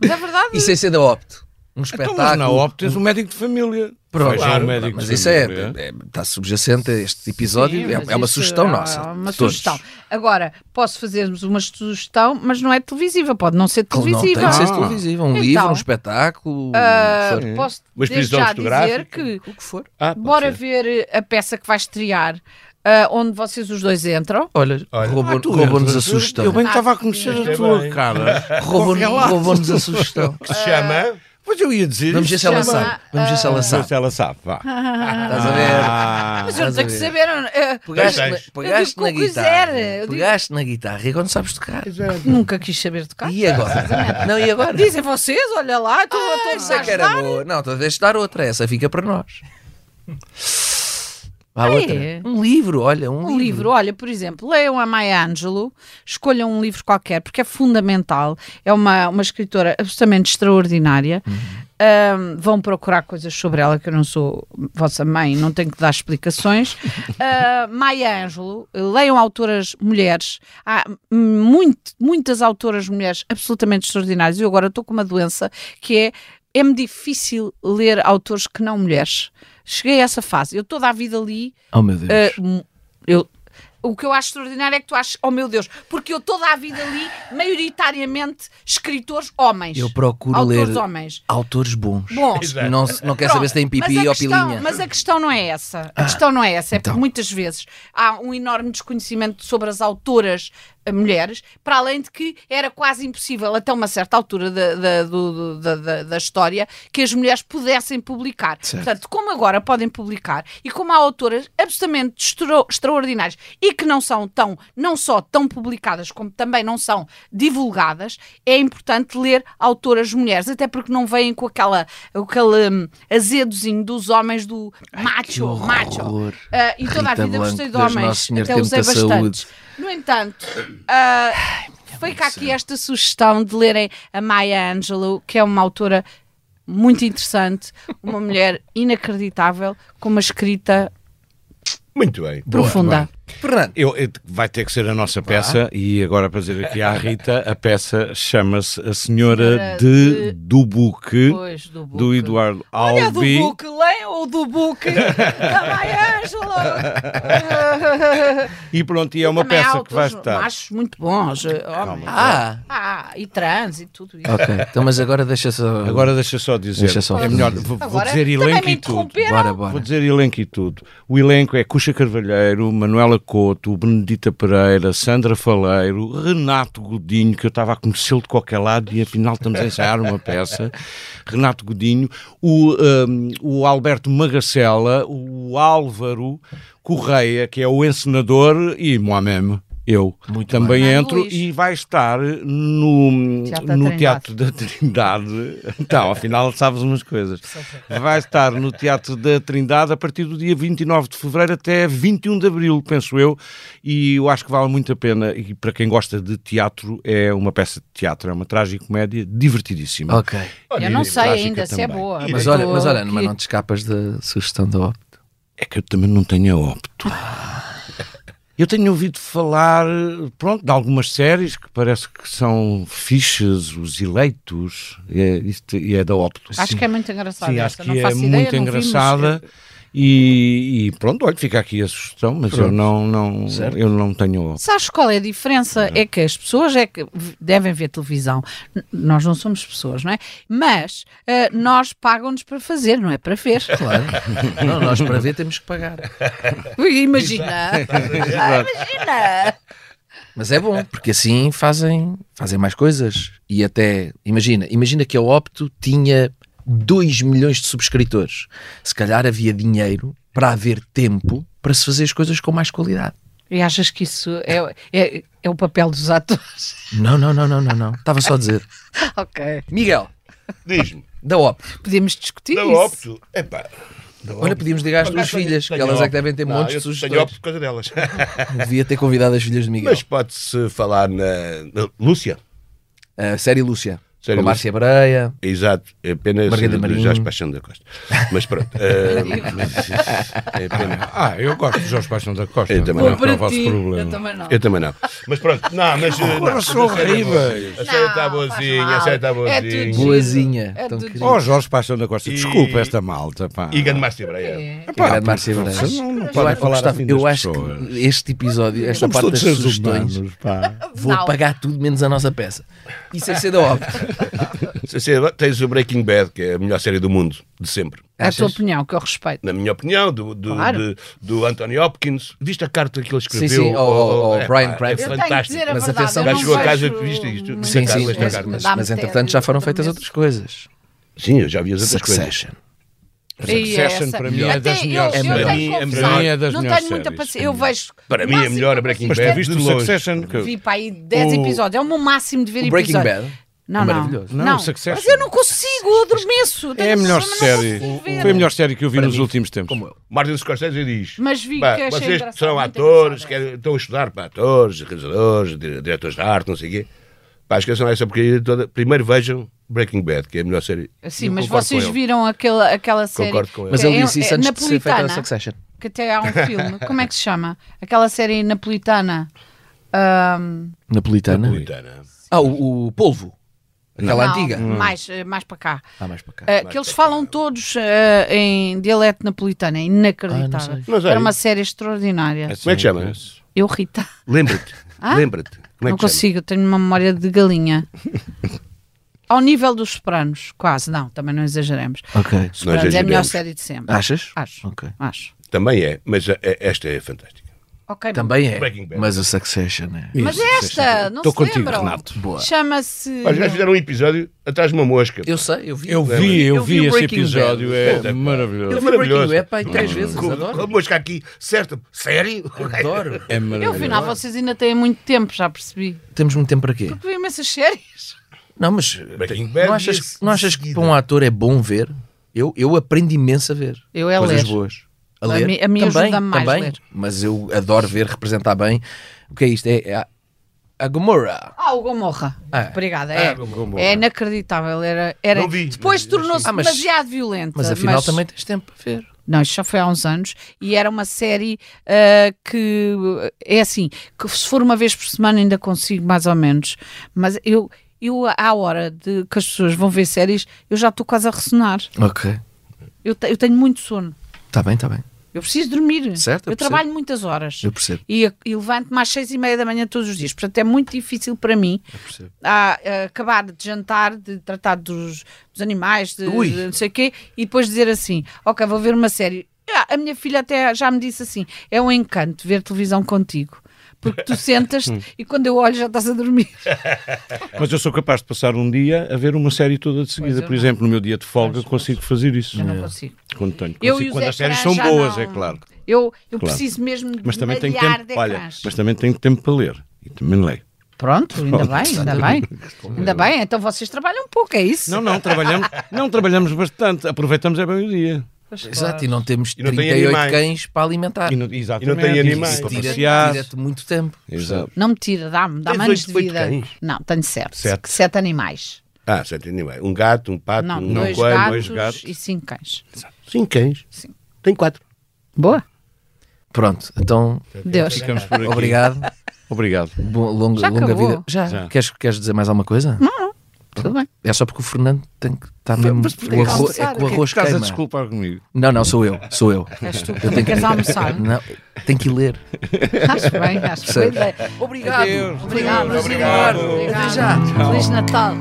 Speaker 7: Mas é verdade.
Speaker 5: assim? E sem ser da Opte. Um
Speaker 1: Então, mas na
Speaker 5: espetáculo.
Speaker 1: OP tens um médico de família.
Speaker 5: Pronto,
Speaker 1: Vais a um médico
Speaker 5: mas
Speaker 1: de
Speaker 5: isso é,
Speaker 1: família.
Speaker 5: é- está subjacente a este episódio,
Speaker 7: Sim,
Speaker 5: é,
Speaker 7: mas
Speaker 5: é uma
Speaker 7: isso
Speaker 5: sugestão
Speaker 7: é
Speaker 5: nossa.
Speaker 7: uma
Speaker 5: de todos.
Speaker 7: sugestão. Agora, posso fazermos uma sugestão, mas não é televisiva, pode não ser
Speaker 5: Não
Speaker 7: televisiva.
Speaker 5: tem que ser
Speaker 1: Ah.
Speaker 5: televisiva, um
Speaker 7: Então.
Speaker 5: livro, um espetáculo.
Speaker 7: Ah,
Speaker 5: um-
Speaker 7: posso
Speaker 9: Uhum. Uma
Speaker 7: desde
Speaker 9: exposição
Speaker 7: já dizer
Speaker 9: fotográfica,
Speaker 7: que
Speaker 5: o que for.
Speaker 9: Ah, pode
Speaker 7: bora
Speaker 9: ser.
Speaker 7: ver eh, a peça que vai estrear, ah, onde vocês os dois entram.
Speaker 5: Olha,
Speaker 9: Olha.
Speaker 5: roubou-
Speaker 1: Ah, tu
Speaker 5: roubou-nos
Speaker 1: entras.
Speaker 5: a sugestão.
Speaker 1: Eu bem estava a conhecer
Speaker 9: Mas
Speaker 1: a
Speaker 9: é
Speaker 1: tua
Speaker 9: bem.
Speaker 1: cara.
Speaker 5: Roubou-
Speaker 1: Corre lá.
Speaker 5: Roubou-nos a sugestão.
Speaker 9: Que se
Speaker 7: Eh,
Speaker 9: chama...
Speaker 1: Pois eu ia dizer
Speaker 5: Vamos ver
Speaker 1: isto.
Speaker 5: se ela
Speaker 7: chama,
Speaker 5: sabe. Vamos ver se ela
Speaker 1: Vamos ver
Speaker 5: sabe.
Speaker 1: se ela sabe. Vá.
Speaker 5: Estás a
Speaker 1: ah,
Speaker 5: ver?
Speaker 7: mas eu não
Speaker 5: estás
Speaker 7: tenho
Speaker 5: a
Speaker 7: é
Speaker 5: ver.
Speaker 7: que saber. eh,
Speaker 5: Pegaste,
Speaker 9: Eu
Speaker 5: na-
Speaker 9: digo
Speaker 5: pegaste
Speaker 7: que
Speaker 5: na
Speaker 7: eu quiser,
Speaker 5: guitarra.
Speaker 7: eu digo-
Speaker 5: Pegaste na guitarra e agora não sabes tocar.
Speaker 7: nunca quis saber tocar.
Speaker 5: E agora? Não, e agora? é
Speaker 7: Dizem vocês, olha lá, estou ah, a
Speaker 5: Essa que era boa. Não, talvez dar outra. Essa fica para nós. Há outra. Um livro, olha, um,
Speaker 7: Ah, é? um livro. livro. Olha, por exemplo, leiam a Maya Angelou, escolham um livro qualquer, porque é fundamental. É uma, uma escritora absolutamente extraordinária. Uhum. Um, vão procurar coisas sobre ela, que eu não sou vossa mãe, não tenho que dar explicações. uh, Maya Angelou, leiam autoras mulheres. Há muito, muitas autoras mulheres absolutamente extraordinárias. Eu agora estou com uma doença que é é-me difícil ler autores que não mulheres. Cheguei a essa fase. Eu toda a vida li.
Speaker 5: Oh, meu Deus.
Speaker 7: Uh, eu, o que eu acho extraordinário é que tu achas, oh meu Deus, porque eu toda a vida li, maioritariamente, escritores homens.
Speaker 5: Eu procuro
Speaker 7: autores
Speaker 5: ler
Speaker 7: homens.
Speaker 5: autores bons.
Speaker 7: Bons.
Speaker 5: Não, não quero saber se tem pipi ou
Speaker 7: questão,
Speaker 5: pilinha. Ah, então.
Speaker 7: Mas a questão não é essa. A questão não é essa. É porque muitas vezes há um enorme desconhecimento sobre as autoras eh, mulheres, para além de que era quase impossível, até uma certa altura da, da, do- da- da- da história, que as mulheres pudessem publicar.
Speaker 5: Certo.
Speaker 7: Portanto, como agora podem publicar e como há autoras absolutamente estro- extraordinárias e que não são tão, não só tão publicadas, como também não são divulgadas, é importante ler autoras mulheres, até porque não vêm com aquela, aquele hum, azedozinho dos homens do macho,
Speaker 5: horror.
Speaker 7: macho. Ah, e toda a
Speaker 5: Rita
Speaker 7: vida gostei de
Speaker 5: Blanco, Deus Nosso
Speaker 7: homens,
Speaker 5: Senhor,
Speaker 7: até
Speaker 5: tem
Speaker 7: usei
Speaker 5: muita
Speaker 7: bastante.
Speaker 5: saúde.
Speaker 7: No entanto, ah, fica aqui esta sugestão de lerem a Maya Angelou, que é uma autora muito interessante, uma mulher inacreditável, com uma escrita
Speaker 9: Muito bem.
Speaker 7: profunda.
Speaker 5: Fernando.
Speaker 1: Eu, eu- vai ter que ser a nossa peça, e agora para dizer aqui à Rita, a peça chama-se A
Speaker 7: Senhora
Speaker 1: Senhora de
Speaker 7: de-
Speaker 1: Dubuque,
Speaker 7: Pois, do Book.
Speaker 1: do Eduardo
Speaker 7: Olha do
Speaker 1: Albi.
Speaker 7: Book, leiam o do Book da Maya Angelou.
Speaker 1: E pronto, e é uma
Speaker 7: Também há
Speaker 1: peça que vai
Speaker 7: autores
Speaker 1: estar.
Speaker 7: machos muito bons, homens.
Speaker 5: Ah,
Speaker 7: Ah, e trans e tudo isso.
Speaker 5: ok. Então, mas agora deixa só.
Speaker 1: Agora deixa só dizer.
Speaker 5: Deixa só
Speaker 1: é melhor,
Speaker 5: dizer.
Speaker 1: vou, vou
Speaker 7: Agora,
Speaker 1: dizer
Speaker 7: também
Speaker 1: elenco
Speaker 7: me
Speaker 1: e tudo.
Speaker 7: interromperam.
Speaker 5: Bora, bora.
Speaker 1: Vou dizer elenco e tudo. O elenco é Cuxa Carvalheiro, Manuela Couto, Benedita Pereira, Sandra Faleiro, Renato Godinho, que eu estava a conhecê-lo de qualquer lado e afinal estamos a ensaiar uma peça. Renato Godinho, o, hum, o Alberto Magacela, o Álvaro Correia, que é o encenador, e moi-même. Eu também
Speaker 7: bem.
Speaker 1: entro
Speaker 7: Luís.
Speaker 1: e vai estar no
Speaker 7: Teatro da
Speaker 1: no
Speaker 7: Trindade.
Speaker 1: Teatro da Trindade. Então, afinal, sabes umas coisas. Vai estar no Teatro da Trindade a partir do dia 29 de fevereiro até 21 de abril, penso eu. E eu acho que vale muito a pena. E para quem gosta de teatro, é uma peça de teatro, é uma trágico-comédia divertidíssima.
Speaker 5: Ok.
Speaker 7: Eu não
Speaker 1: e
Speaker 7: sei
Speaker 1: trágica
Speaker 7: ainda se é
Speaker 1: também.
Speaker 7: boa.
Speaker 5: Mas
Speaker 7: eu
Speaker 5: olha,
Speaker 7: tô
Speaker 5: mas olha,
Speaker 7: aqui.
Speaker 5: mas não te escapas da sugestão da OP.
Speaker 1: É que eu também não tenho a opto.
Speaker 7: Ah.
Speaker 1: Eu tenho ouvido falar, pronto, de algumas séries que parece que são fichas, os eleitos, é, isto, e é da Opto.
Speaker 7: Acho que é muito engraçada.
Speaker 1: Sim, acho
Speaker 7: essa,
Speaker 1: que
Speaker 7: não
Speaker 1: é
Speaker 7: faço
Speaker 1: muito
Speaker 7: ideia, não vimos.
Speaker 1: engraçada. E, e pronto, olha, fica aqui a sugestão, mas eu não, não, eu não tenho.
Speaker 7: Sabes qual é a diferença?
Speaker 1: Uhum.
Speaker 7: É que as pessoas é que v- devem ver televisão. N- Nós não somos pessoas, não é? Mas eh, nós pagam-nos para fazer, não é para ver.
Speaker 5: Claro. não, nós para ver temos que pagar.
Speaker 7: Ui, Imagina! Ah, Imagina!
Speaker 5: Mas é bom, porque assim fazem, fazem mais coisas. E até, imagina, imagina que a Opto tinha 2 milhões de subscritores. Se calhar havia dinheiro para haver tempo para se fazer as coisas com mais qualidade.
Speaker 7: E achas que isso é, é, é o papel dos atores?
Speaker 5: Não, não, não, não, não, não. Estava só a dizer.
Speaker 7: ok.
Speaker 5: Miguel,
Speaker 9: Diz-me.
Speaker 5: da Opto.
Speaker 7: Podíamos discutir
Speaker 9: Da
Speaker 7: isso.
Speaker 9: opto. Epá. da
Speaker 5: Olha,
Speaker 9: Opto.
Speaker 5: podíamos ligar às
Speaker 9: Olha,
Speaker 5: tuas
Speaker 9: tenho-
Speaker 5: filhas, que
Speaker 9: tenho
Speaker 5: elas é que
Speaker 9: Opto.
Speaker 5: devem ter
Speaker 9: Não,
Speaker 5: montes de
Speaker 9: eu
Speaker 5: sugestões.
Speaker 9: Tenho opto por causa delas.
Speaker 5: Devia ter convidado as filhas de Miguel.
Speaker 9: Mas pode-se falar na, na Lúcia.
Speaker 5: A série Lúcia.
Speaker 9: Série
Speaker 5: com a Márcia Breia.
Speaker 9: Exato, é apenas
Speaker 5: Margarida
Speaker 9: eh,
Speaker 5: Marinho.
Speaker 9: Jorge Paixão da Costa. Mas pronto. eh, é apenas-
Speaker 1: Ah, eu gosto de Jorge Paixão da Costa.
Speaker 9: Eu também não.
Speaker 1: Não é o vosso
Speaker 7: Eu
Speaker 1: problema.
Speaker 7: também não.
Speaker 9: Eu também não. Mas pronto, não,
Speaker 5: Oh,
Speaker 9: mas. eh, não,
Speaker 1: são
Speaker 9: mas a série é boa.
Speaker 1: horríveis.
Speaker 9: A série está
Speaker 7: Não, faz
Speaker 9: boazinha,
Speaker 7: mal.
Speaker 9: a série está
Speaker 7: É
Speaker 9: boazinha.
Speaker 7: tudo
Speaker 5: Boazinha. Então,
Speaker 7: É
Speaker 5: tão
Speaker 7: tudo
Speaker 5: querida.
Speaker 1: Oh, Jorge Paixão da Costa,
Speaker 9: E-
Speaker 1: desculpa esta malta. Pá.
Speaker 9: E é. grande Márcia Breia.
Speaker 7: É.
Speaker 1: Epá,
Speaker 5: Grande
Speaker 9: é
Speaker 5: Márcia
Speaker 1: porque
Speaker 5: Breia.
Speaker 1: vocês Não, não
Speaker 5: Eu,
Speaker 1: podem
Speaker 5: acho-
Speaker 1: falar
Speaker 5: Gustavo,
Speaker 1: assim das
Speaker 5: eu acho
Speaker 1: pessoas.
Speaker 5: que este episódio, esta
Speaker 1: Somos
Speaker 5: parte das
Speaker 1: todos seres
Speaker 5: sugestões,
Speaker 1: humanos, pá.
Speaker 5: vou
Speaker 7: Não.
Speaker 5: apagar tudo menos a nossa peça. Isso é ser da óbvio.
Speaker 9: Se- se- Tens o Breaking Bad, que é a melhor série do mundo, de sempre.
Speaker 7: É a tua
Speaker 5: Achas?
Speaker 7: opinião, que eu respeito.
Speaker 9: Na minha opinião, do, do,
Speaker 7: Claro.
Speaker 9: de- do Anthony Hopkins. Viste a carta que ele escreveu?
Speaker 5: sim, ao- ao- ao
Speaker 9: é,
Speaker 5: Brian
Speaker 9: pá,
Speaker 5: Cranston.
Speaker 9: É
Speaker 7: Eu tenho que
Speaker 9: fantástico.
Speaker 7: dizer a
Speaker 5: Mas
Speaker 7: verdade.
Speaker 5: atenção,
Speaker 7: eu não
Speaker 9: chegou a casa
Speaker 7: vejo-
Speaker 9: que viste isto.
Speaker 7: muito
Speaker 9: Sim,
Speaker 5: Sim,
Speaker 9: Carlos,
Speaker 5: sim,
Speaker 9: esta
Speaker 5: mas,
Speaker 9: Carlos.
Speaker 5: mas-
Speaker 7: dá-me
Speaker 5: mas
Speaker 7: tédio,
Speaker 5: entretanto já foram
Speaker 7: dá-me
Speaker 5: feitas
Speaker 7: medo.
Speaker 5: outras coisas.
Speaker 9: Sim, eu já vi as outras coisas.
Speaker 5: Succession.
Speaker 7: E
Speaker 1: Succession,
Speaker 7: essa-
Speaker 1: para mim, é
Speaker 7: Até
Speaker 1: das
Speaker 7: eu-
Speaker 1: melhores
Speaker 5: séries.
Speaker 7: eu tenho
Speaker 5: Para
Speaker 7: que
Speaker 9: mim, é
Speaker 7: confessar,
Speaker 1: melhor- é das
Speaker 7: Não
Speaker 1: melhores
Speaker 7: tenho muita
Speaker 1: séries.
Speaker 7: paciência. Eu vejo.
Speaker 9: Para mim, é
Speaker 7: máximo
Speaker 9: melhor a
Speaker 7: que eu
Speaker 9: Breaking
Speaker 1: Mas
Speaker 7: consigo
Speaker 1: tu
Speaker 9: Bad.
Speaker 7: ver,
Speaker 1: viste
Speaker 9: de
Speaker 1: o
Speaker 9: longe.
Speaker 1: Succession? que- é
Speaker 7: Vi para aí 10
Speaker 1: O-
Speaker 7: episódios. É o meu máximo de ver
Speaker 5: O Breaking
Speaker 7: episódios.
Speaker 5: Bad.
Speaker 7: Não,
Speaker 5: maravilhoso.
Speaker 7: Não, não. Succession. Mas eu não consigo, eu adormeço.
Speaker 1: É a melhor série. Foi a melhor série que eu vi Para nos mim, últimos tempos.
Speaker 9: Como eu. Martin Scorsese diz:
Speaker 7: Mas vi
Speaker 9: pá,
Speaker 7: que achei
Speaker 9: vocês
Speaker 7: engraçado,
Speaker 9: são
Speaker 7: muito
Speaker 9: atores,
Speaker 7: engraçado.
Speaker 9: querem, estão a estudar para atores, realizadores, dire- diretores de arte, não sei o quê. Pá, esqueçam essa porcaria toda. Primeiro vejam Breaking Bad, que é a melhor série.
Speaker 7: Ah, Sim,
Speaker 9: Eu
Speaker 7: mas
Speaker 9: concordo com
Speaker 7: vocês
Speaker 9: ele.
Speaker 7: viram aquela, aquela série.
Speaker 9: Concordo com ele.
Speaker 5: Mas
Speaker 7: que
Speaker 5: ele
Speaker 7: é-
Speaker 5: disse isso
Speaker 7: é
Speaker 5: antes de ser feita a
Speaker 7: napolitana,
Speaker 5: Succession.
Speaker 7: Que até há um filme. Como é que se chama? Aquela série napolitana. Ahm,
Speaker 5: Napolitana.
Speaker 9: Napolitana.
Speaker 5: Ah, o, o polvo. Aquela
Speaker 7: não,
Speaker 5: antiga.
Speaker 7: Mais, eh, mais para cá.
Speaker 5: Ah, mais para
Speaker 9: é
Speaker 5: cá.
Speaker 7: Eh, que eles falam todos eh, em dialeto napolitano, é inacreditável.
Speaker 9: Mas
Speaker 7: Era
Speaker 9: olha,
Speaker 7: uma série extraordinária.
Speaker 9: Como é que chama?
Speaker 7: Eu, Rita,
Speaker 9: Lembra-te.
Speaker 7: Ah?
Speaker 9: Lembra-te. Como é
Speaker 7: não
Speaker 9: que chama?
Speaker 7: consigo, eu tenho uma memória de galinha. Ao nível dos Sopranos, quase, não, também não exageremos.
Speaker 9: Ah,
Speaker 5: Ok.
Speaker 9: Nós
Speaker 7: Sopranos é a melhor
Speaker 9: ajudamos.
Speaker 7: série de sempre.
Speaker 5: Achas?
Speaker 7: Acho.
Speaker 5: Ok.
Speaker 7: Acho.
Speaker 9: Também é, mas a- a- esta é fantástica.
Speaker 7: Ok,
Speaker 5: Também é.
Speaker 9: Breaking Bad.
Speaker 5: Mas o Succession é.
Speaker 7: Mas esta, não
Speaker 1: Estou
Speaker 7: se
Speaker 1: contigo,
Speaker 7: lembram?
Speaker 1: Renato.
Speaker 5: Boa.
Speaker 7: Chama-se...
Speaker 9: Mas já fizeram um episódio atrás de uma mosca. É
Speaker 5: Eu sei, eu vi.
Speaker 1: Eu vi, eu,
Speaker 5: Eu vi
Speaker 1: vi,
Speaker 5: o
Speaker 1: esse
Speaker 5: Breaking
Speaker 1: episódio,
Speaker 5: Bad.
Speaker 1: é
Speaker 5: Eu
Speaker 1: maravilhoso.
Speaker 5: vi Breaking Bad é, pá, aí três vezes,
Speaker 9: Com-
Speaker 5: adoro.
Speaker 9: com a mosca aqui, certo? Sério?
Speaker 5: Adoro.
Speaker 1: É
Speaker 7: Eu,
Speaker 1: maravilhoso.
Speaker 7: afinal, vocês ainda têm muito tempo, já percebi.
Speaker 5: Temos muito tempo para quê?
Speaker 7: Porque vi imensas séries.
Speaker 5: Não, mas
Speaker 9: Breaking Bad
Speaker 5: não achas,
Speaker 9: disse
Speaker 5: não achas
Speaker 9: de
Speaker 5: que
Speaker 9: seguida.
Speaker 5: para um ator é bom ver? Eu, eu aprendo imenso a ver.
Speaker 7: Eu é
Speaker 5: coisas
Speaker 7: ler.
Speaker 5: boas. A
Speaker 7: A
Speaker 5: ler.
Speaker 7: mi- a mim
Speaker 5: também,
Speaker 7: ajuda-me mais
Speaker 5: também,
Speaker 7: ler.
Speaker 5: Mas eu adoro ver representar bem. O que é isto? É, é a, a Gomorra.
Speaker 7: Ah, o Gomorra.
Speaker 5: Ah.
Speaker 7: Obrigada. É, é inacreditável. Era, era...
Speaker 9: Não vi.
Speaker 7: Depois tornou-se
Speaker 5: Ah, mas-
Speaker 7: demasiado violenta.
Speaker 5: Mas afinal também tens tempo para ver.
Speaker 7: Não, isto já foi há uns anos. E era uma série ah, que é assim, que se for uma vez por semana ainda consigo, mais ou menos. Mas eu, eu à hora de que as pessoas vão ver séries, eu já estou quase a ressonar.
Speaker 5: Ok.
Speaker 7: Eu, te- eu tenho muito sono.
Speaker 5: Está bem, está bem.
Speaker 7: Eu preciso dormir.
Speaker 5: Certo, eu percebo.
Speaker 7: eu trabalho muitas horas.
Speaker 5: Eu percebo.
Speaker 7: E, e levanto-me às seis e meia da manhã todos os dias. Portanto, é muito difícil para mim a, a acabar de jantar, de tratar dos, dos animais, de,
Speaker 5: Ui.
Speaker 7: de não sei o quê, e depois dizer assim: Ok, vou ver uma série. Ah, a minha filha até já me disse assim: É um encanto ver televisão contigo. Porque tu sentas-te e quando eu olho já estás a dormir.
Speaker 1: Mas eu sou capaz de passar um dia a ver uma série toda de
Speaker 7: Pois eu
Speaker 1: seguida. Por
Speaker 7: não.
Speaker 1: exemplo, no meu dia de folga consigo fazer isso.
Speaker 7: Eu não consigo.
Speaker 1: Quando tenho.
Speaker 7: Eu
Speaker 1: Consigo
Speaker 7: e os
Speaker 1: quando as séries são
Speaker 7: ecrãs já
Speaker 1: boas,
Speaker 7: não-
Speaker 1: é claro.
Speaker 7: Eu, eu
Speaker 1: Claro.
Speaker 7: preciso mesmo de
Speaker 1: Mas também tenho
Speaker 7: malhar
Speaker 1: tempo,
Speaker 7: de
Speaker 1: olha,
Speaker 7: ecrãs.
Speaker 1: mas também tenho tempo para ler. E também leio.
Speaker 7: Pronto, ainda bem, ainda bem. Ainda bem, então vocês trabalham um pouco, é isso?
Speaker 1: Não, não, trabalhamos, não, trabalhamos bastante. Aproveitamos é bem o dia.
Speaker 5: Exato, e não temos
Speaker 9: E não tem
Speaker 5: 38
Speaker 9: animais.
Speaker 5: cães para alimentar.
Speaker 1: E não, exatamente.
Speaker 9: Ah, E não tem animais.
Speaker 1: Para
Speaker 9: Tira-
Speaker 1: passear.
Speaker 5: Tira-te muito tempo.
Speaker 1: Exato.
Speaker 7: Não me tira, dá-me dá
Speaker 9: Tens
Speaker 7: anos
Speaker 9: oito-
Speaker 7: de
Speaker 9: oito
Speaker 7: vida.
Speaker 9: cães?
Speaker 7: Não, tenho sete.
Speaker 1: Sete.
Speaker 7: animais.
Speaker 9: Ah, certo, animais. Um gato, um pato,
Speaker 7: Não,
Speaker 9: um
Speaker 7: dois,
Speaker 9: coelho.
Speaker 7: gatos
Speaker 1: dois gatos.
Speaker 7: e cinco cães.
Speaker 9: Cinco cães.
Speaker 7: Sim.
Speaker 9: Tem quatro.
Speaker 7: Boa.
Speaker 5: Pronto, então,
Speaker 7: Deus.
Speaker 1: Ficamos por aqui.
Speaker 5: obrigado.
Speaker 1: Obrigado.
Speaker 5: Bo- longa
Speaker 7: Já
Speaker 5: longa
Speaker 7: acabou?
Speaker 5: vida. Já.
Speaker 1: Já.
Speaker 5: Queres, queres dizer mais alguma coisa?
Speaker 7: Tudo bem.
Speaker 5: É só porque o Fernando tem que estar mesmo.
Speaker 1: Mas porquê
Speaker 5: o
Speaker 1: que
Speaker 5: arroz, é
Speaker 7: almoçar?
Speaker 5: que o arroz
Speaker 1: Estás a
Speaker 5: queima.
Speaker 1: desculpar comigo.
Speaker 5: Não, não, sou eu. Sou eu.
Speaker 7: És tu que
Speaker 5: Eu
Speaker 7: também queres almoçar.
Speaker 5: Não, tenho que ir ler.
Speaker 7: Acho bem, acho
Speaker 5: Sei.
Speaker 7: bem. Obrigado. Obrigado.
Speaker 9: Obrigado.
Speaker 7: Obrigado.
Speaker 5: Até já.
Speaker 7: Feliz Natal.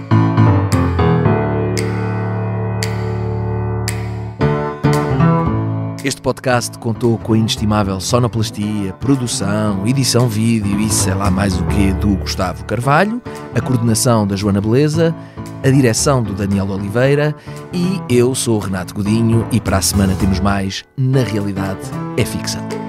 Speaker 5: Este podcast contou com a inestimável sonoplastia, produção, edição vídeo e sei lá mais o quê do Gustavo Carvalho, a coordenação da Joana Beleza, a direção do Daniel Oliveira e eu sou o Renato Godinho e para a semana temos mais Na Realidade é Ficção.